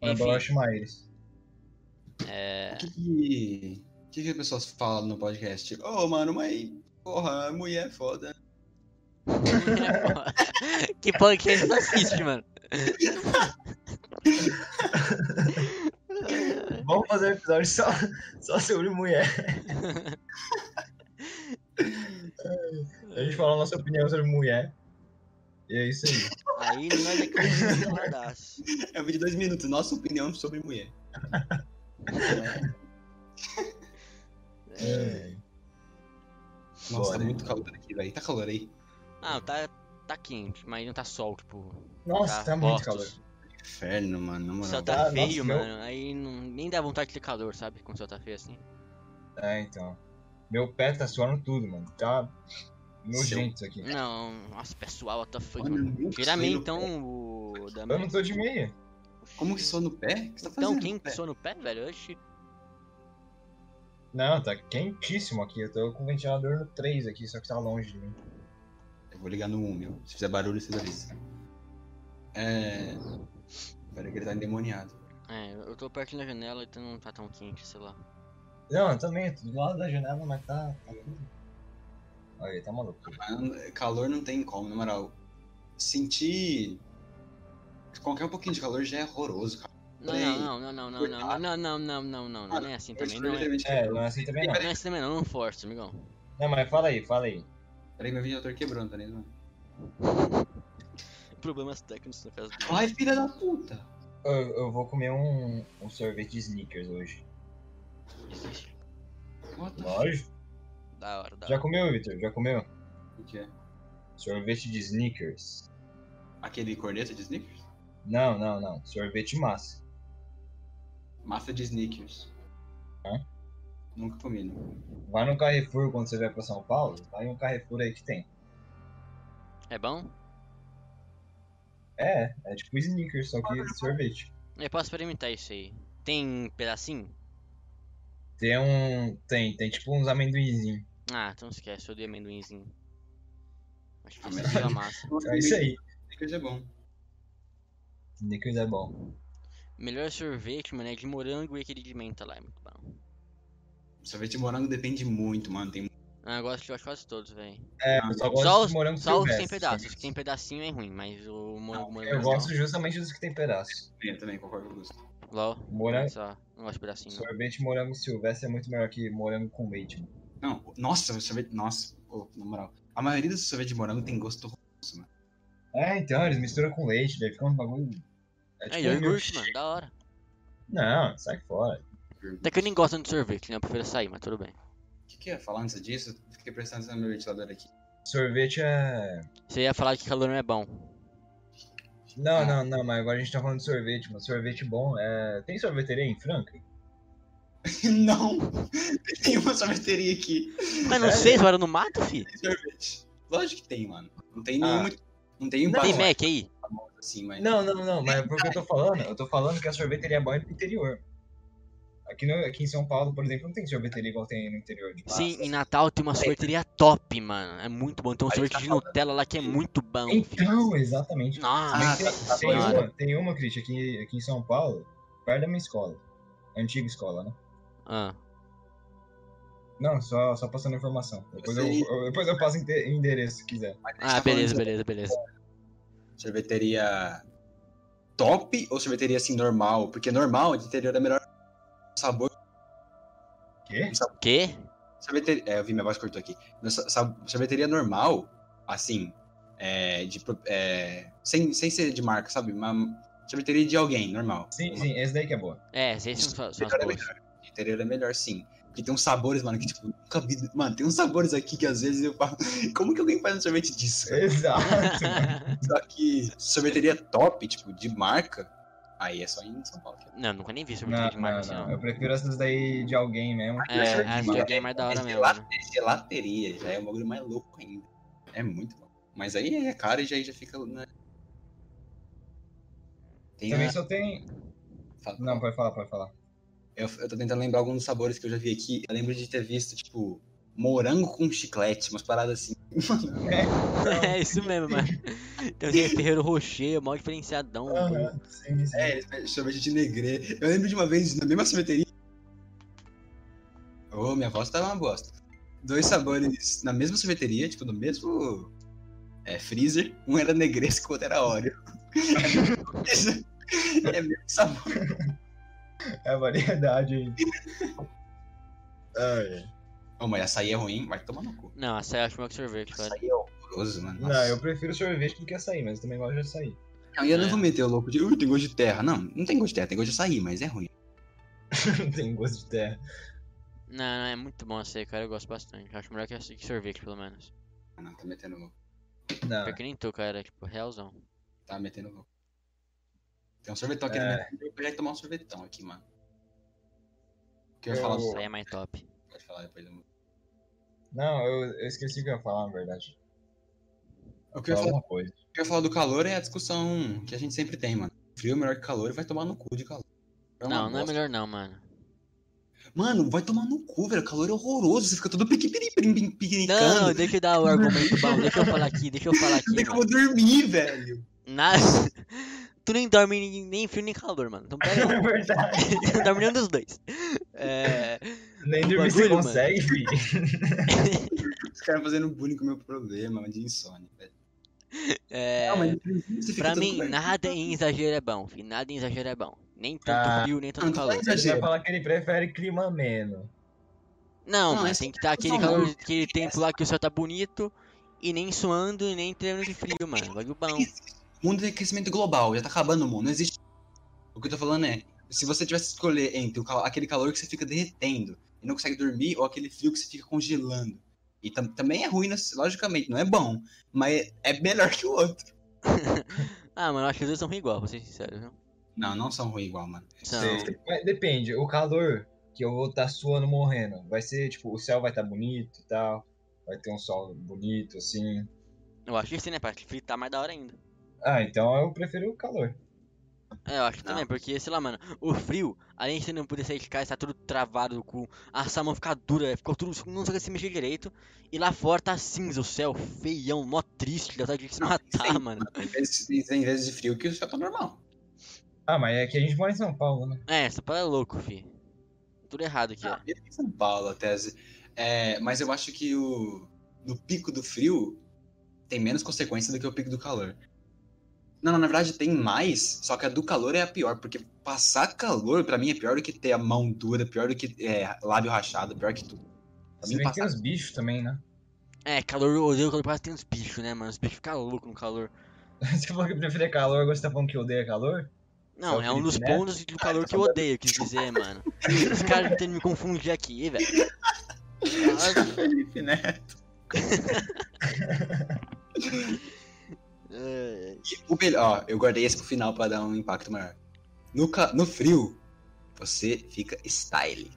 Mas Enfim. bora chamar eles. É. O que que. O que que as pessoas falam no podcast? Ô, mano, mas. Porra, mulher é foda. que podcast você assiste, mano? Vamos fazer um episódio só, só sobre mulher. A gente fala a nossa opinião sobre mulher. E é isso aí. Aí nós é que É um vídeo de dois minutos, nossa opinião sobre mulher. tá É. Nossa, Bora. tá muito calor aqui, velho. Tá calor aí. Ah, tá, tá quente, mas não tá sol, tipo. Nossa, tá muito calor. postos. Inferno, mano, na O moral. céu tá Ah, nossa, feio, eu- mano. Aí não, nem dá vontade de ter calor, sabe? Quando o céu tá feio assim. É, então. Meu pé tá suando tudo, mano. Tá nojento isso aqui. Não, nossa, pessoal, what the fuck, Mano, mano. eu nunca Tira a suei mim no então, pé. o. Da Eu não tô de meia. Como que sou no pé? O que você tá fazendo? Então, no quem pé? sou no pé, velho? Oxi. Não, tá quentíssimo aqui. Eu tô com o ventilador no 3 aqui, só que tá longe de mim. Eu vou ligar no 1, meu. Se fizer barulho, vocês avisam. É. Pera que ele tá endemoniado. É, eu tô perto da janela, então não tá tão quente, sei lá. Não, eu também, tô do lado da janela, mas tá. tá... Olha, ele tá maluco. Mas calor não tem como, na moral. Sentir. Qualquer um pouquinho de calor já é horroroso, cara. Não, Peraí. não, não, não, não, não, não, não, não, não, não, não, não, não é assim também, não é. Tipo, Literalmente- É, não é assim também não. Não é assim também, não, não força, amigão. Não, mas fala aí, fala aí. Peraí, meu ventilador quebrou, não tá nem zoando. Problemas técnicos no caso dele. Ai, filha da puta! Eu, eu vou comer um, um sorvete de sneakers hoje. What the Lógico. Da hora, da Tá. Já hora. comeu, Vitor? Já comeu? f- O que é? Sorvete de sneakers. Aquele corneta de sneakers? Não, não, não. Sorvete massa. Massa de sneakers. Hã? É Nunca comi, né? não. Vai no Carrefour quando você vier pra São Paulo. Vai em um Carrefour aí que tem. É bom? É, é tipo sneakers, só que de sorvete. Eu posso experimentar isso aí. Tem pedacinho? Tem um. Tem, tem tipo uns amendoinzinhos. Ah, então esquece, eu dei amendoinzinho. Acho que Ah, isso mas- é massa. É isso aí. Sneakers é bom. Sneakers é bom. Melhor sorvete, mano, é de morango e aquele de menta lá, é muito bom. Sorvete de morango depende muito, mano. Tem Ah, eu gosto, eu gosto de quase todos, velho. É, eu só gosto Só de os, morango só os que tem silvestre, pedaço. sim. Os que tem pedacinho é ruim, mas o morango morango. Eu gosto justamente dos que tem pedaço. Eu também concordo com o Gusto. LOL. Morango- Só. Não gosto de pedacinho. não. né? Sorvete morango silvestre é muito melhor que morango com leite, mano. Não, nossa, o sorvete. Nossa, ô, na moral. A maioria dos sorvetes de morango tem gosto horroroso, mano. É, então, eles misturam com leite, daí fica um bagulho. É, um iogurte, milkshake. mano. Da hora. Não, sai fora. Até que eu nem gosto de sorvete, né? Eu prefiro sair, mas tudo bem. O que, que eu ia falar antes disso? Eu Fiquei prestando atenção no meu ventilador aqui. Sorvete é. Você ia falar que calor não é bom. Não, Ah. não, não, mas agora a gente tá falando de sorvete, mano. Sorvete bom é. Tem sorveteria em Franca? não! Tem uma sorveteria aqui. Mas não sei, você mora no mato, fi? Tem sorvete. Lógico que tem, mano. Não tem Ah. nenhum. Não tem um Não, Tem pacote Mac aí? assim, mas. Não, não, não, mas é porque eu tô falando. Eu tô falando que a sorveteria é boa no interior. Aqui, no, aqui em São Paulo, por exemplo, não tem sorveteria igual tem no interior de Sim, Passos. em Natal tem uma sorveteria top, mano. É muito bom. Tem um Aí sorvete tá de Nutella lá que é muito bom. fi. Então, exatamente. Ah, Nossa tem, tá- tá tem senhora. uma, tem uma, Cris, aqui, aqui em São Paulo, perto da minha escola. Antiga escola, né? Ah, Não, só, só passando informação. Depois eu, Sim. eu- depois eu passo ente- endereço se quiser. Ah, tá falando beleza, de- beleza, beleza. Sorveteria top ou sorveteria assim normal? Porque normal, de interior é melhor sabor. Quê? Quê? Sorveteria. É, eu vi minha voz cortou aqui. No sa- sa- Sorveteria normal, assim, é, de, pro- é, sem, sem ser de marca, sabe? Uma sorveteria de alguém, normal. Sim, Uma- sim, esse daí que é boa. É, esses são, são as Melhor é boas. De interior é melhor, sim. Porque tem uns sabores, mano, que tipo, nunca vi. Mano, tem uns sabores aqui que às vezes eu falo, como que alguém faz um sorvete disso? Exato. Só que sorveteria top, tipo, de marca, aí é só em São Paulo. não, nunca nem vi sorvete não, de marca assim, não, não. não. Eu prefiro essas daí de alguém mesmo. É, Sorvete de acho que marca. alguém é mais da hora Esse mesmo. lá- né? É gelateria, já é um bagulho mais louco ainda. É muito bom. Mas aí é caro e já, já fica. Né? É. Tem Também a... só tem. fala- Não, pode falar, pode falar. eu, eu tô tentando lembrar alguns dos sabores que eu já vi aqui. Eu lembro de ter visto, tipo, morango com chiclete, umas paradas assim. É isso mesmo, mano. Tem o Ferreiro Rocher, mó diferenciadão. mano. sim, sim. É, eles pedem sorvete de negre. Eu lembro de uma vez, na mesma sorveteria. Ô, minha voz tá uma bosta. Dois sabores na mesma sorveteria, tipo, do mesmo é, freezer. Um era negresco, o outro era óleo. é o mesmo sabor. É a variedade aí. Ah, Ô, mas açaí é ruim, vai tomar no cu. Não, açaí eu acho melhor que sorvete, cara. Açaí é horroroso, mano. Não, Nossa. eu prefiro sorvete do que açaí, mas eu também gosto de açaí. Não, e eu É. não vou meter o louco de. Ui, tem gosto de terra. Não, não tem gosto de terra, tem gosto de açaí, mas é ruim. Não tem gosto de terra. Não, não, é muito bom açaí, cara. Eu gosto bastante. Eu acho melhor que açaí- que sorvete, pelo menos. Ah, Não, tá metendo louco. Ah. Não. Pior que nem tu, cara. Tipo, realzão. Tá metendo louco. Tem um sorvetão aqui É. na minha. Eu queria tomar um sorvetão aqui, mano. O que eu ia Eu- falar? Nossa, Açaí é mais top. Pode falar depois. eu- Não, eu, eu esqueci o que eu ia falar, na verdade. O que eu ia Fala falar, uma coisa. o que eu ia falar do calor é a discussão que a gente sempre tem, mano. Frio é melhor que calor e vai tomar no cu de calor. É uma Não, não é bosta. melhor não, mano. Mano, vai tomar no cu, velho. Calor é horroroso. Você fica todo Não, não, piqueninicando. deixa eu dar o argumento bom. Deixa eu falar aqui, deixa eu falar aqui. Não, eu mano. vou dormir, velho. Na- Tu nem dorme em- nem frio nem calor, mano. Então pega. É verdade. Tu não dorme nenhum dos dois. É. Nem O dormir você bagulho, consegue, filho. Os caras fazendo bullying com o meu problema de insônia, velho. é... Não, mas você fica Pra todo mim, coberto. nada em exagero é bom, fi. Nada em exagero é bom. Nem tanto Ah, frio, nem tanto não, não calor. é Ele vai Exagero. falar que ele prefere clima ameno. Não, é Não, mas essa tem que estar aquele discussão calor, não. aquele tempo lá que o céu tá bonito e nem suando e nem tremendo de frio, mano. Bagulho bom. O mundo é aquecimento global, já tá acabando o mundo, não existe. O que eu tô falando é, se você tivesse que escolher entre o cal- aquele calor que você fica derretendo e não consegue dormir, ou aquele frio que você fica congelando. E tam- também é ruim, né? logicamente, não é bom, mas é melhor que o outro. Ah, mano, eu acho que os dois são igual, pra ser sincero, viu? Não, não são ruim igual, mano. São. Sei. Mas depende, o calor que eu vou estar suando morrendo. Vai ser, tipo, o céu vai estar bonito e tal. Vai ter um sol bonito, assim. Eu acho que sim, né, parte? Frio tá mais da hora ainda. Ah, então eu prefiro o calor. É, eu acho que Não. também, porque, sei lá, mano, o frio, além de você não poder sair de casa, tá tudo travado do cu, a sua mão fica dura, ficou tudo, não consegue se mexer direito, e lá fora tá cinza, o céu, feião, mó triste, dá vontade de se Não, matar, sim, mano. Tem vezes, tem- tem vezes de frio que o céu tá normal. Ah, mas é que a gente mora em São Paulo, né? É, essa parada é louco, fi. Tudo errado aqui, ó. Ah, mesmo em São Paulo, até as... É, mas eu acho que o do pico do frio tem menos consequência do que o pico do calor. Não, não, na verdade tem mais, só que a do calor é a pior, porque passar calor pra mim é pior do que ter a mão dura, pior do que é, lábio rachado, pior que tudo. Pra Se mim, bem que tem passar... uns bichos também, né? É, calor, eu odeio quando parece que tem uns bichos, né, mano? Os bichos ficam loucos no calor. Você falou que preferia calor, agora você tá falando que odeia calor? Não, É é o um dos Felipe Neto? pontos do calor que eu odeio, quis dizer, mano. Os caras tentando me confundir aqui, velho. Nossa, Felipe né? Neto. é, O melhor, ó, eu guardei esse pro final pra dar um impacto maior. No, ca- no frio, você fica style.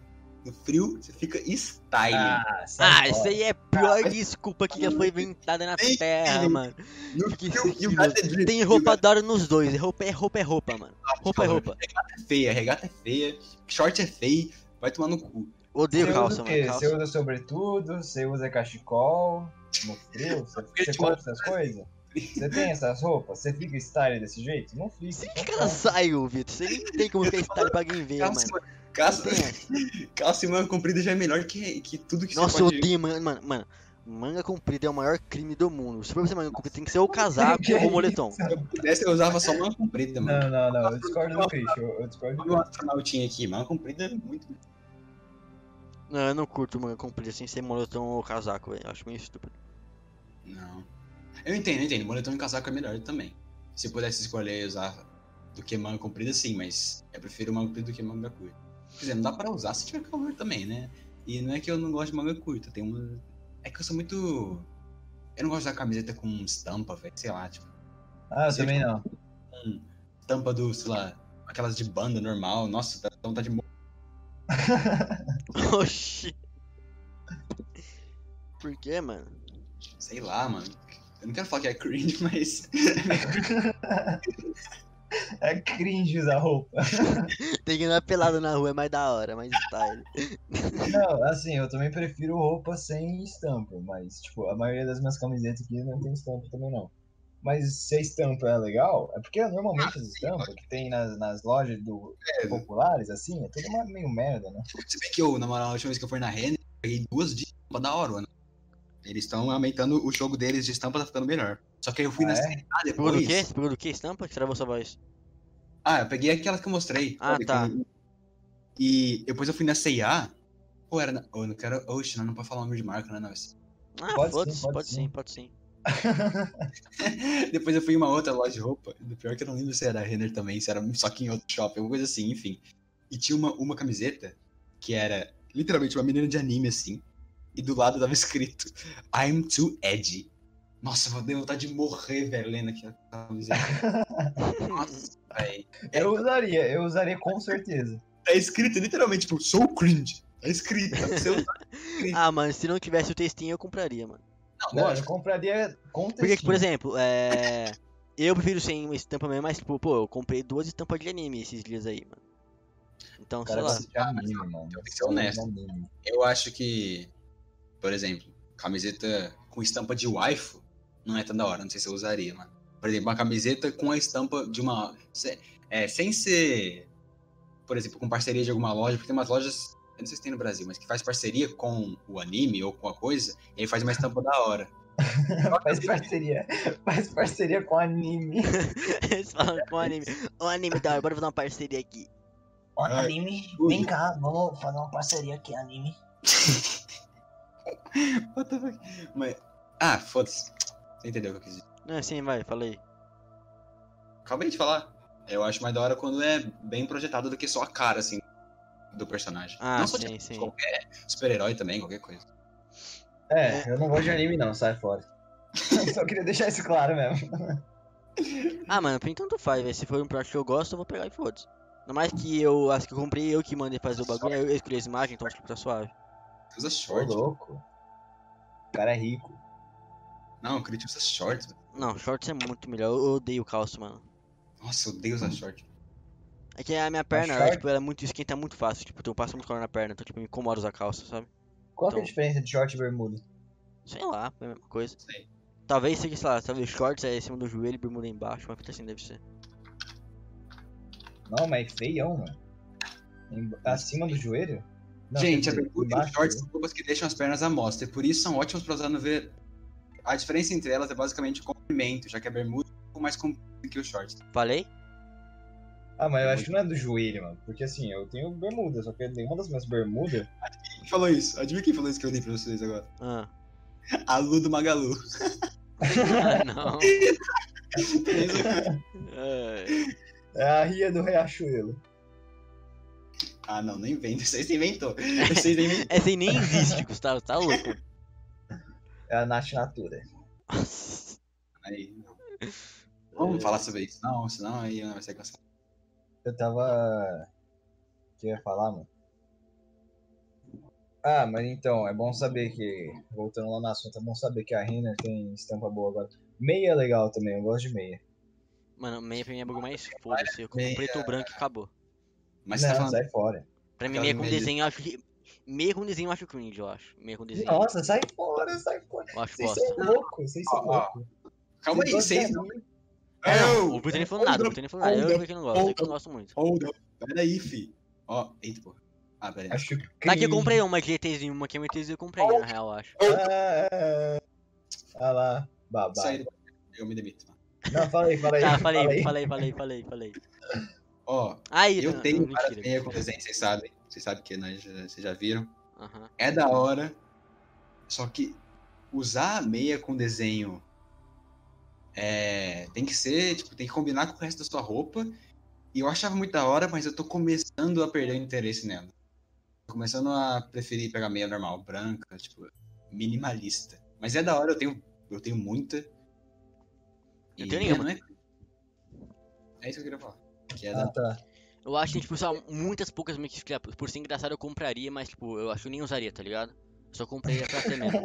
No frio, você fica style. Ah, isso aí é a pior desculpa que já foi inventada na Tem- terra, tem- mano. no fica frio e o estiloso. gato é drip, Tem e o roupa gato da hora nos dois. é Roupa é roupa, é roupa, mano. é Roupa é calor. roupa. Regata é feia, regata é feia, short é feio, vai tomar no cu. Odeio usa calça, o quê? mano. Você Calça. usa sobretudo, você usa cachecol no frio, você, queria você te compra essas coisas? Você tem essas roupas? Você fica style desse jeito? Não fica. Você então de cara saiu, Vitor. Você nem tem como ficar style pra alguém ver, mano. Calça, Não calça, tem essa. calça e manga comprida já é melhor que, que tudo que Nossa, você eu pode... odeio, mano. Mano, mano, manga comprida é o maior crime do mundo. Se for pra você manga comprida, tem que ser o casaco Que ou o isso? moletom. Se eu pudesse, eu usava só manga comprida, mano. Não, não, não. Eu discordo do Christian. Eu, eu discordo do Olha o astronautinha aqui, manga comprida é muito... Não, eu não curto manga comprida assim, sem ser moletom ou casaco, velho. Eu Acho meio estúpido. Não. Eu entendo, eu entendo. Moletom e casaco é melhor também. Se eu pudesse escolher usar do que manga comprida, sim, mas eu prefiro manga comprida do que manga curta. Quer dizer, não dá pra usar se tiver calor também, né? E não é que eu não gosto de manga curta, tem uma. É que eu sou muito. Eu não gosto da camiseta com estampa, velho. Sei lá, tipo, Ah, eu também não. estampa do, sei lá, aquelas de banda normal. Nossa, dá dá vontade de morrer. Oxi. Por que, mano? Sei lá, mano. Eu não quero falar que é cringe, mas. É cringe usar roupa. Tem que andar pelado na rua, é mais da hora, mais style. Não, assim, eu também prefiro roupa sem estampa. Mas, tipo, a maioria das minhas camisetas aqui não tem estampa também, não. Mas se a estampa é legal, é porque normalmente as estampas que tem nas, nas lojas do, populares, assim, é tudo uma, meio merda, né? Se bem que eu, na moral, a última vez que eu fui na Renner, eu peguei duas de estampa da Orona. Eles estão aumentando o jogo deles de estampa, tá ficando melhor. Só que aí eu fui Ah, na é? Série A Pegou do depois. quê? Você Pegou do quê? Estampa? Que travou sua voz. Ah, eu peguei aquelas que eu mostrei. Ah, sabe, tá. que- E depois eu fui na C&A. Ou era na... Ou eu não quero... Oxe, não, não pode falar o nome de marca, né? Não, mas- Ah, Pode sim, foda-se, pode pode sim, sim. pode sim. depois eu fui em uma outra loja de roupa. Do pior que eu não lembro se era Renner também, se era um só que em outro shopping, alguma coisa assim, enfim. E tinha uma, uma camiseta que era literalmente uma menina de anime, assim. E do lado tava escrito I'm too edgy. Nossa, eu dei vontade de morrer, velho, lendo aquela camiseta. Nossa, velho. Eu usaria, eu usaria com certeza. Tá escrito literalmente, tipo, sou cringe. Tá escrito, tá no seu Ah, mano, se não tivesse o textinho, eu compraria, mano. Não, Não, eu lógico. compraria com Porque, por textinho. exemplo, é. Eu prefiro sem uma estampa mesmo, mas, tipo, pô, eu comprei duas estampas de anime esses dias aí, mano. Então, sei Cara, lá. você já anime, mano. é um que ser honesto. Eu acho que, por exemplo, camiseta com estampa de waifu não é tão da hora. Não sei se eu usaria, mano. Por exemplo, uma camiseta com a estampa de uma. se- é, sem ser, por exemplo, com parceria de alguma loja, porque tem umas lojas. Eu não sei se tem no Brasil, mas que faz parceria com o anime ou com a coisa, e aí faz uma estampa da hora. Faz parceria. Faz parceria com anime. Eles falam com o anime. Ô, anime, tá, bora fazer uma parceria aqui. Ó, Ah, anime, tudo. vem cá, vamos fazer uma parceria aqui, anime. What the fuck? Mas, ah, foda-se. Você entendeu o que eu quis dizer? Não, assim, vai, falei. Acabei de falar. Eu acho mais da hora quando é bem projetado do que só a cara, assim, do personagem. Ah, não só sim, de sim. qualquer super-herói também, qualquer coisa. É, eu não gosto de anime não, sai fora. Só queria deixar isso claro mesmo. Ah, mano, pra mim tanto faz, velho. Se for um projeto que eu gosto, eu vou pegar e foda-se. Ainda mais que eu, as que eu comprei, eu que mandei fazer o bagulho, eu escolhi as imagens, então tipo, tá suave. Usa Ô, short. louco. O cara é rico. Não, o Crit usa short. velho. Não, shorts é muito melhor, eu odeio calça, mano. Nossa, eu odeio usar short. É que a minha perna, ela, short- tipo, ela é muito esquenta muito fácil, tipo, eu passo muito calor na perna, então tipo, me incomoda usar calça, sabe? Qual que é a Então. diferença de short e bermuda? Sei lá, é a mesma coisa. Sei. Talvez seja, sei lá, talvez shorts é em cima do joelho, bermuda embaixo, uma fita assim deve ser. Não, mas é feião, mano. Em- Acima do joelho? Não, Gente, quer a dizer, bermuda e o embaixo, short são roupas que deixam as pernas à mostra, e por isso são ótimos para usar no verão. A diferença entre elas é basicamente o comprimento, já que a bermuda é um pouco mais comprida que o short. Falei? Ah, mas eu acho que não é do joelho, mano. Porque assim, eu tenho bermuda, só que nenhuma das minhas bermudas. Quem falou isso? Adivinha quem falou isso que eu dei pra vocês agora? Ah, A Lu do Magalu. Ah, não. Ai, É a ria do Riachuelo. ah, não, não inventa. Vocês inventou. Vocês inventou. Essa aí É nem existe, Gustavo, tá louco? É a Nath Natura. Nossa. Aí, não. Vamos É. falar sobre isso, não, senão aí não vai ser cancelado. Eu tava. O que eu ia falar, mano? Ah, mas então, é bom saber que. Voltando lá no assunto, é bom saber que a Renner tem estampa boa agora. Meia é legal também, eu gosto de meia. Mano, meia pra mim é bagulho mais foda-se. Eu compro preto ou branco e acabou. Mas não, você tá falando. sai fora. Pra mim, Aquelas meia com meias- desenho, eu acho que. Meia com desenho eu acho cringe, eu acho. Meia com desenho. Nossa, sai fora, sai fora. Eu acho Vocês bosta. são loucos, vocês são Ó, ó, loucos. Calma aí, gostam vocês de não. mim? Ah, tá não, Eu! o Bruto nem falou nada, o Bruto nem falou nada. Eu que não gosto, eu que não gosto muito. Hold up. Peraí, fi. Ó, eita, porra. Ah, peraí. Acho Daqui Tá eu cringe. comprei uma GTzinha, uma que eu eu comprei, na real, eu acho. Ah, ah lá, babado. Sai daí. Eu me demito. Não, fala aí, fala aí. Tá, fala falei, aí. falei, falei, falei, falei. Ó, Aí, eu não, não, tenho várias mentira, meias com mentira. desenho, vocês sabem. Vocês sabem que nós já- vocês já viram. Aham. É da hora. Só que usar a meia com desenho é, tem que ser, tipo, tem que combinar com o resto da sua roupa. E eu achava muito da hora, mas eu tô começando a perder o interesse nela. Tô começando a preferir pegar meia normal, branca, tipo, minimalista. Mas é da hora, eu tenho, eu tenho muita. Eu E tenho meia nenhuma. não É... é isso que eu queria falar. Que é da Ah, tá. Eu acho que, tipo, só muitas poucas meias que, tipo, por ser engraçado eu compraria, mas, tipo, eu acho que eu nem usaria, tá ligado? Eu Só compraria pra ter mesmo.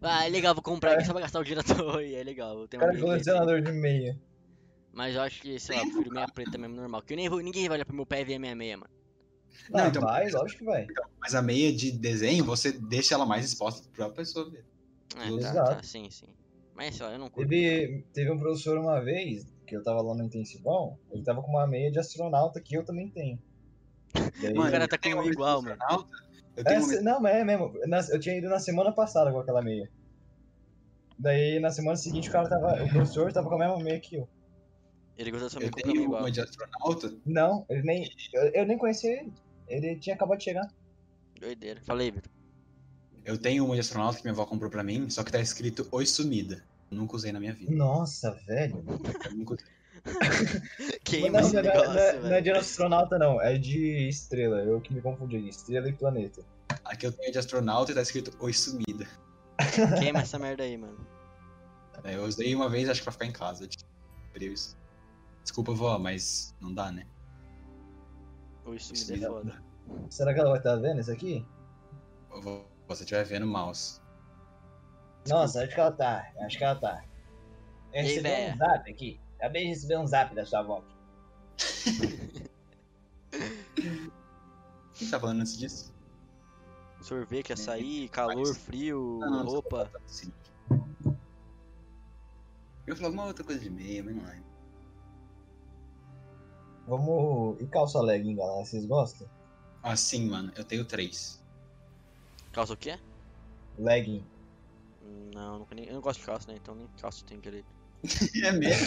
Ah, é legal, vou comprar aqui só pra gastar o dinheiro à toa, e é legal. Eu O tenho assim. cara meia é que- colecionador de meia. Mas eu acho que, sei lá, eu prefiro meia preta mesmo, normal. Que eu nem vou, ninguém vai olhar pro meu pé e ver a minha meia, mano. Não, Não, então- Ah, vai, lógico que vai. Mas a meia de desenho, você deixa ela mais exposta pra pessoa ver. É, tá, Exato. tá, sim, sim. Mas, sei lá, eu não curto. Teve, teve um professor uma vez, que eu tava lá no intensivão, ele tava com uma meia de astronauta que eu também tenho. Daí- Mano, cara tá eu tenho comigo uma igual, meia de mano. astronauta, Eu tenho uma Essa, não, mas é mesmo. Na- eu tinha ido na semana passada com aquela meia. Daí na semana seguinte o cara tava. O professor tava com a mesma meia que eu. Ele gosta só me Eu comprar meia tenho igual. uma de astronauta. Não, ele nem. Eu, eu nem conhecia ele. Ele tinha acabado de chegar. Doideira. Falei, Vitor. Eu tenho uma de astronauta que minha avó comprou pra mim, só que tá escrito Oi Sumida. Nunca usei na minha vida. Nossa, velho. Eu nunca usei. Queima não, esse não, é- negócio, não é- não é velho. de astronauta, não. É de estrela. Eu que me confundi. Estrela e planeta. Aqui eu tenho de astronauta e tá escrito Oi Sumida. Queima essa merda aí, mano. É, Eu usei uma vez, acho que pra ficar em casa. tipo, frio isso. Desculpa, vó, mas não dá, né? Ou isso Isso me me der dá- é foda. Será que ela vai estar vendo isso aqui? Ô, vó, você estiver vendo o mouse. Nossa, acho que ela tá. Acho que ela tá. Eu E aí, recebi véia? um zap aqui. Acabei de receber um zap da sua avó. Quem tá falando antes disso? Sorvete, açaí, calor, Mas- frio, Ah, não, roupa. Sim. Eu falo alguma outra coisa de meia, mas não é. lembro. Vamos. E calça legging, galera? Vocês gostam? Ah, sim, mano. Eu tenho três. Calça o quê? Legging. Não, nunca nem- eu não gosto de calça, né? Então nem calça eu tenho direito. É mesmo?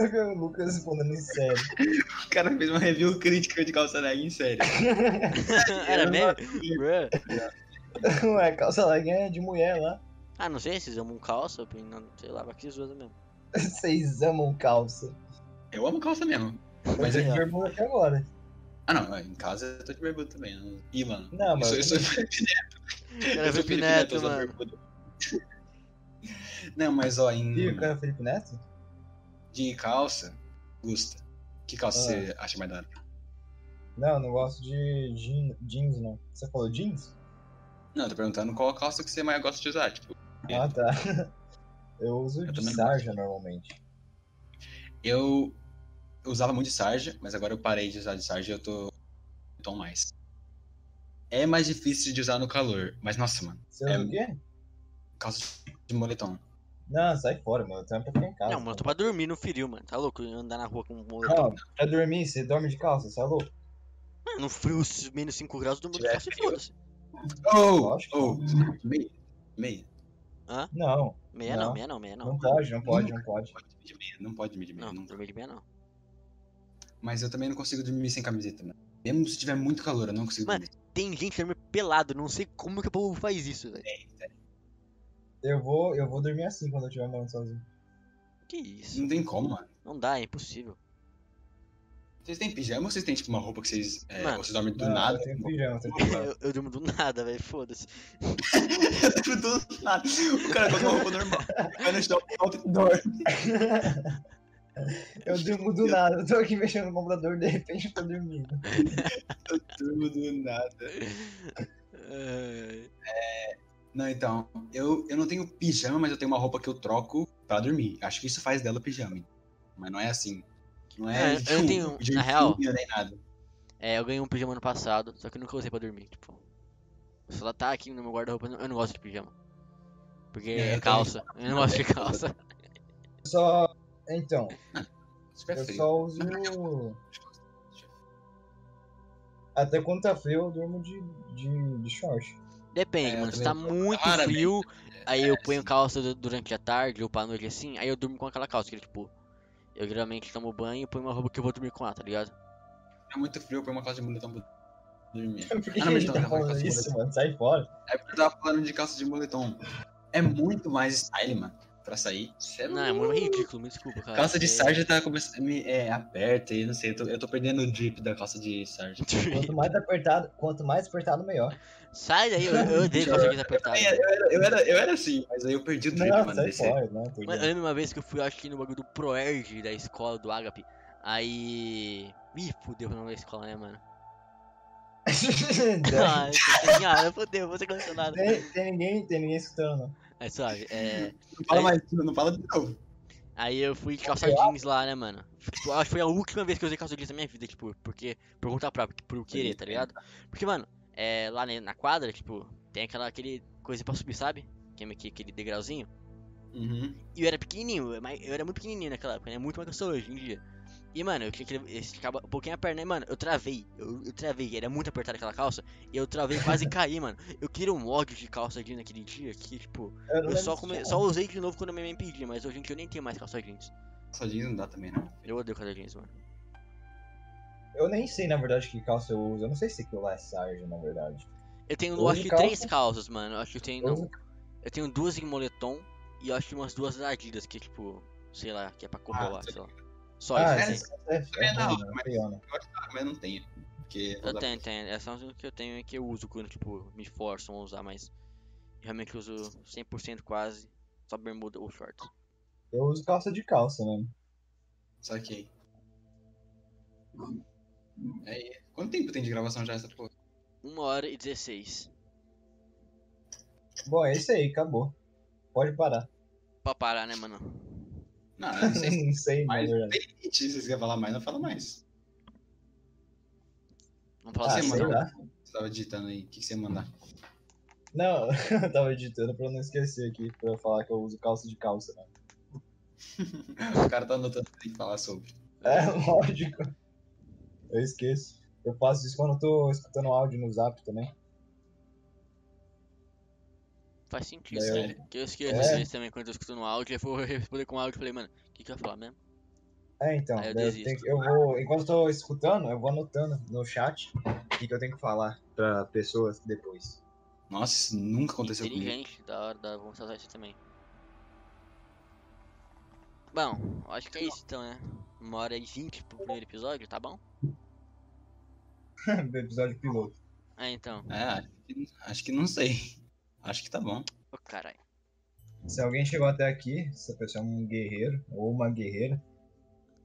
o Lucas respondendo em sério. o cara fez uma review crítica de calça legging, sério. Era não mesmo? Bruh. Ué, calça legging é de mulher lá. Ah, não sei, vocês amam calça? eu não- Sei lá, vai que vocês usam mesmo. Vocês amam calça. Eu amo calça mesmo. Mas eu é- tô de bermuda até agora. Ah, não. Em casa eu tô de bermuda também. Não... Ih, mano. Não, Ah, mas- Eu sou, eu sou Felipe Neto. Era Eu sou Felipe Felipe Neto, eu sou mano. bermuda. Não, mas ó, em... E o cara é o Felipe Neto? de calça, Gusta. Que calça Ah. você acha mais da hora? Não, não gosto de jean- jeans, não. Você falou jeans? Não, eu tô perguntando qual calça que você mais gosta de usar. Tipo, Ah, tá. Eu uso Eu de também não sarja normalmente. eu... eu usava muito de sarja, mas agora eu parei de usar de sarja e eu tô... Tom mais. É mais difícil de usar no calor, mas nossa, mano. Você usa É. o quê? Calça de moletom. Não, sai fora, mano. Eu tenho pra ficar em casa. Não, mano, eu tô pra dormir no frio, mano. Tá louco? Andar na rua com um moletom. Não, pra dormir, você dorme de calça, você é louco? No frio, s- menos 5 graus, do mundo Tiver tá se é frio. foda-se. Oh, Lógico. oh, meia, meia. Não, Meia não, Não. meia não, meia não, não. pode, não pode, não pode. Não pode dormir de meia, não pode dormir de meia. Não, não. dormir de meia não. Mas eu também não consigo dormir sem camiseta, né? Mesmo se tiver muito calor, eu não consigo Mano, dormir. Tem gente que dorme pelado, não sei como que o povo faz isso, velho. Eu vou, eu vou dormir assim quando eu estiver morando sozinho. Que isso? Não tem como, mano. Não dá, é impossível. Vocês têm pijama ou vocês têm, tipo, uma roupa que vocês... É, Mano. ou vocês dormem do Não, nada? Eu tenho tipo, pijama, eu tenho pijama. Eu, eu durmo do nada, velho, foda-se. Eu durmo do nada. O cara coloca uma roupa normal. Vai no shopping, volta e dorme. Eu durmo do nada, eu tô aqui mexendo no computador, de repente eu tô dormindo. Durmo do nada. Ai, Não, então, eu, eu não tenho pijama, mas eu tenho uma roupa que eu troco pra dormir. Acho que isso faz dela pijama. Mas não é assim. Não é... É, eu não tenho- de né? na real- ursinho Nem nada. É, eu ganhei um pijama ano passado, só que eu nunca usei pra dormir, tipo. Se ela tá aqui no meu guarda-roupa, eu não- eu não gosto de pijama. Porque É, é, eu também. calça. Eu não gosto de calça. Só. Então, Super eu frio. só uso. Até quando tá frio, eu durmo de, de, de short. Depende, É, eu mano. Se também tá tô- muito claramente, assim. frio, aí eu ponho sim. calça du- durante a tarde ou pra noite assim, aí eu durmo com aquela calça, que tipo. Eu geralmente tomo banho e ponho uma roupa que eu vou dormir com ela, tá ligado? É muito frio, eu ponho uma calça de moletom pra dormir. Por que Ah, a não, gente então, tá não, vai falando fazer isso, mano? Sai fora. É porque eu tava falando de calça de moletom. É muito mais style, mano, pra sair. Cê Não, é muito ridículo, me desculpa, cara. Calça de É- sarja tá começando. me- É, aperta e não sei. Eu tô, eu tô perdendo o drip da calça de sarja. Quanto mais apertado, quanto mais apertado, melhor. Sai daí, eu, eu odeio calça jeans apertada. É, Eu era, eu, era, eu era assim, mas aí eu perdi o drip, Não, mano. sai Desse... fora, não. Mano, tô eu ligado. lembro uma vez que eu fui, acho que no bagulho do Proerd da escola do Agape. Aí. Ih, fudeu o nome da escola, né, mano? Tem- Ai, tô senhora, fudeu, vou ser cancelado. É. tem, tem ninguém, tem ninguém escutando, não. É suave, é. Não fala mais, não fala de novo. Aí eu fui de calça jeans lá, né, mano? Tipo, acho que foi a última vez que eu usei calça jeans na minha vida, tipo, porque. Por conta própria, por eu querer, tá ligado? Porque, mano, é, lá ne- na quadra, tipo, tem aquela aquele coisa pra subir, sabe? Que é meio que aquele degrauzinho. Uhum. E eu era pequenininho, eu- mas eu era muito pequenininho naquela época, né? Muito mais que eu sou hoje em dia. E, mano, eu tinha que lev- esticava um pouquinho a perna, e, mano, eu travei. Eu, eu travei, era muito apertada aquela calça. E eu travei, quase caí, mano. Eu queria um ódio de calça jeans naquele dia, que, tipo, Eu, não eu só, lembro um. come- se- só usei de novo quando a minha mãe pedia, mas hoje em dia eu nem tenho mais calça jeans. Calça jeans não dá também, né? Eu odeio calça jeans, mano. Eu nem sei, na verdade, que calça eu uso. Eu não sei se aquilo lá é sarja, na verdade. Eu tenho, eu Hoje acho que calça- três calças, mano. Eu acho que eu tenho, não. Eu uso- Eu tenho duas em moletom e eu acho que umas duas Adidas, que, tipo, sei lá, que é pra correr Ah, lá, sei sei lá. Só Ah, isso, essa assim. essa é, é, Também não, ruim, né? mas- Pior, né? Eu acho que Ah, mas não tem. Porque. Eu tenho, tenho. Essa é a única que eu tenho e que eu uso quando, tipo, me forçam a usar, mas realmente eu uso 100% quase só bermuda ou shorts. Eu uso calça de calça, né? Saquei. É, quanto tempo tem de gravação já essa porra? 1 hora e 16. Bom, é isso aí, acabou. Pode parar. Pra parar, né, mano? Não, eu não sei se não sei, na Mas verdade. tem limite. Se você quer falar mais, não fala mais. Vamos falar Ah, assim, você sei mano. manda. lá. Você tava digitando aí, o que, que você ia mandar? Não, eu tava editando pra eu não esquecer aqui, pra eu falar que eu uso calça de calça, né? o cara tá anotando o que tem que falar sobre. É, lógico. Eu esqueço. Eu faço isso quando eu tô escutando áudio no zap também. Faz sentido, Daí eu- né? Que eu esqueço É. às vezes também quando eu escuto no áudio, aí eu vou responder com áudio e falei, mano, o que, que eu ia falar mesmo? É, então. Ah, eu daí desisto. tenho que- eu vou, enquanto eu tô escutando, eu vou anotando no chat o que, que eu tenho que falar pra pessoas depois. Nossa, isso nunca aconteceu comigo. Inteligente, da hora, da hora, vamos usar isso também. Bom, acho que é isso então, né? Uma hora e 20 pro primeiro episódio, tá bom? Do episódio piloto. Ah, então. É, acho que, acho que não sei. Acho que tá bom. Ô, caralho. Se alguém chegou até aqui, se a pessoa é um guerreiro ou uma guerreira,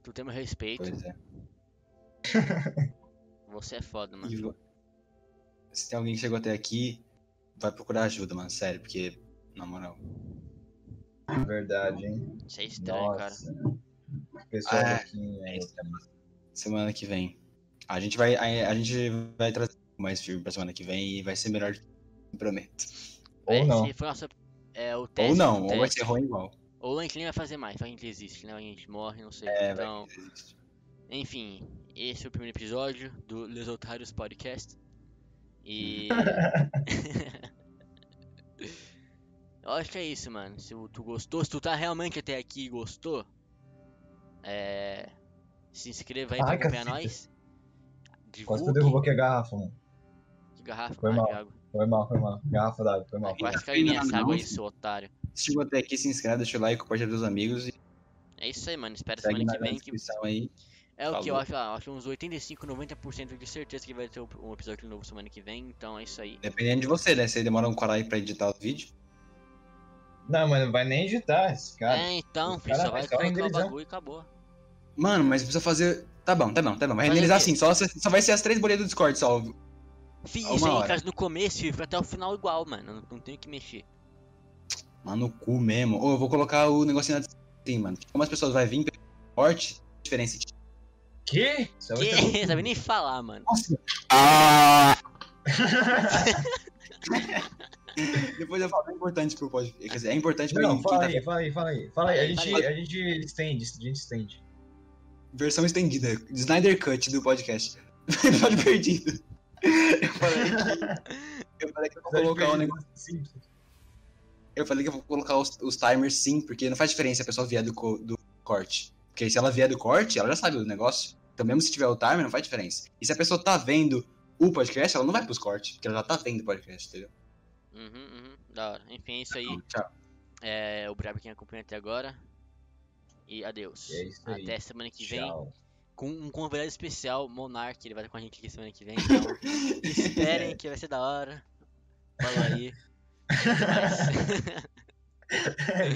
Tu tem meu respeito. Pois é. Você é foda, mano. E vo- Se tem alguém que chegou até aqui, vai procurar ajuda, mano. Sério, porque, na moral. de verdade, hein? Isso é estranho, cara. Pessoa Ah, louquinha. é isso. Semana que vem. A gente vai. A, a gente vai trazer mais filme pra semana que vem e vai ser melhor, prometo. Ou Esse não. foi nosso- é, o teste, Ou não, o ou vai teste. ser ruim igual. Ou a gente nem vai fazer mais, só que a gente existe, né? A gente morre, não sei. É, então, vai. enfim. Esse é o primeiro episódio do Les Otários Podcast. E. Eu acho que é isso, mano. Se tu gostou, se tu tá realmente até aqui e gostou, é... se inscreva aí pra Ai, acompanhar caceta. nós. Quase Divulgue. que eu derrubou aqui a garrafa, mano. Que garrafa, Ah, Foi cara, mal. de água. Foi mal, foi mal. Garrafa d'água, foi mal. Ai, Quase tá caiu minha peinando, água aí, não? seu otário. Se chegou até aqui, se inscreve, deixa o like, compartilha dos amigos e É isso aí, mano. Espera segue semana na que vem que descrição aí. É o que eu Falou. acho, lá, acho uns 85, 90% de certeza que vai ter um episódio novo semana que vem, então é isso aí. Dependendo de você, né? Se demora um caralho pra editar os vídeos. Não, mas não vai nem editar esse cara. é, então, os filho, só cara- vai é só colocar o renderizar. bagulho e acabou. Mano, mas precisa fazer. Tá bom, tá bom, tá bom. Vai Fazer renderizar o quê? sim, só, só vai ser as três bolinhas do Discord, só. Fiz Uma isso aí, hora. cara, no começo, filho, foi até o final igual, mano. Não, não tenho que mexer. Mano, no cu mesmo. Ou eu vou colocar o negocinho na descrição, sim, mano. Como as pessoas vão vir pelo corte, diferença. Que? Isso é muito Que? Sabe nem falar, mano. Nossa. Ah! Depois eu falo, é importante pro podcast. Quer dizer, é importante pra Não, mim, fala quinta- aí, fala aí, fala aí. Fala aí, a tá Fala aí, fala gente, a gente estende, a gente estende. Versão estendida. Snyder Cut do podcast. Episódio perdido. Eu falei que. Eu falei que eu vou colocar o negócio. Sim. Eu falei que eu vou colocar os, os timers sim, porque não faz diferença se a pessoa vier do, co- do corte. Porque se ela vier do corte, ela já sabe do negócio. Então, mesmo se tiver o timer, não faz diferença. E se a pessoa tá vendo o podcast, ela não vai pros cortes, porque ela já tá vendo o podcast, entendeu? Uhum, uhum, da hora. Enfim, é isso aí. Então, tchau. É, obrigado pra quem acompanha até agora. E adeus. É isso aí. Até semana que vem Tchau. com um convidado especial, Monark. Ele vai estar com a gente aqui semana que vem. Então, esperem que vai ser da hora. Falou aí. Até mais.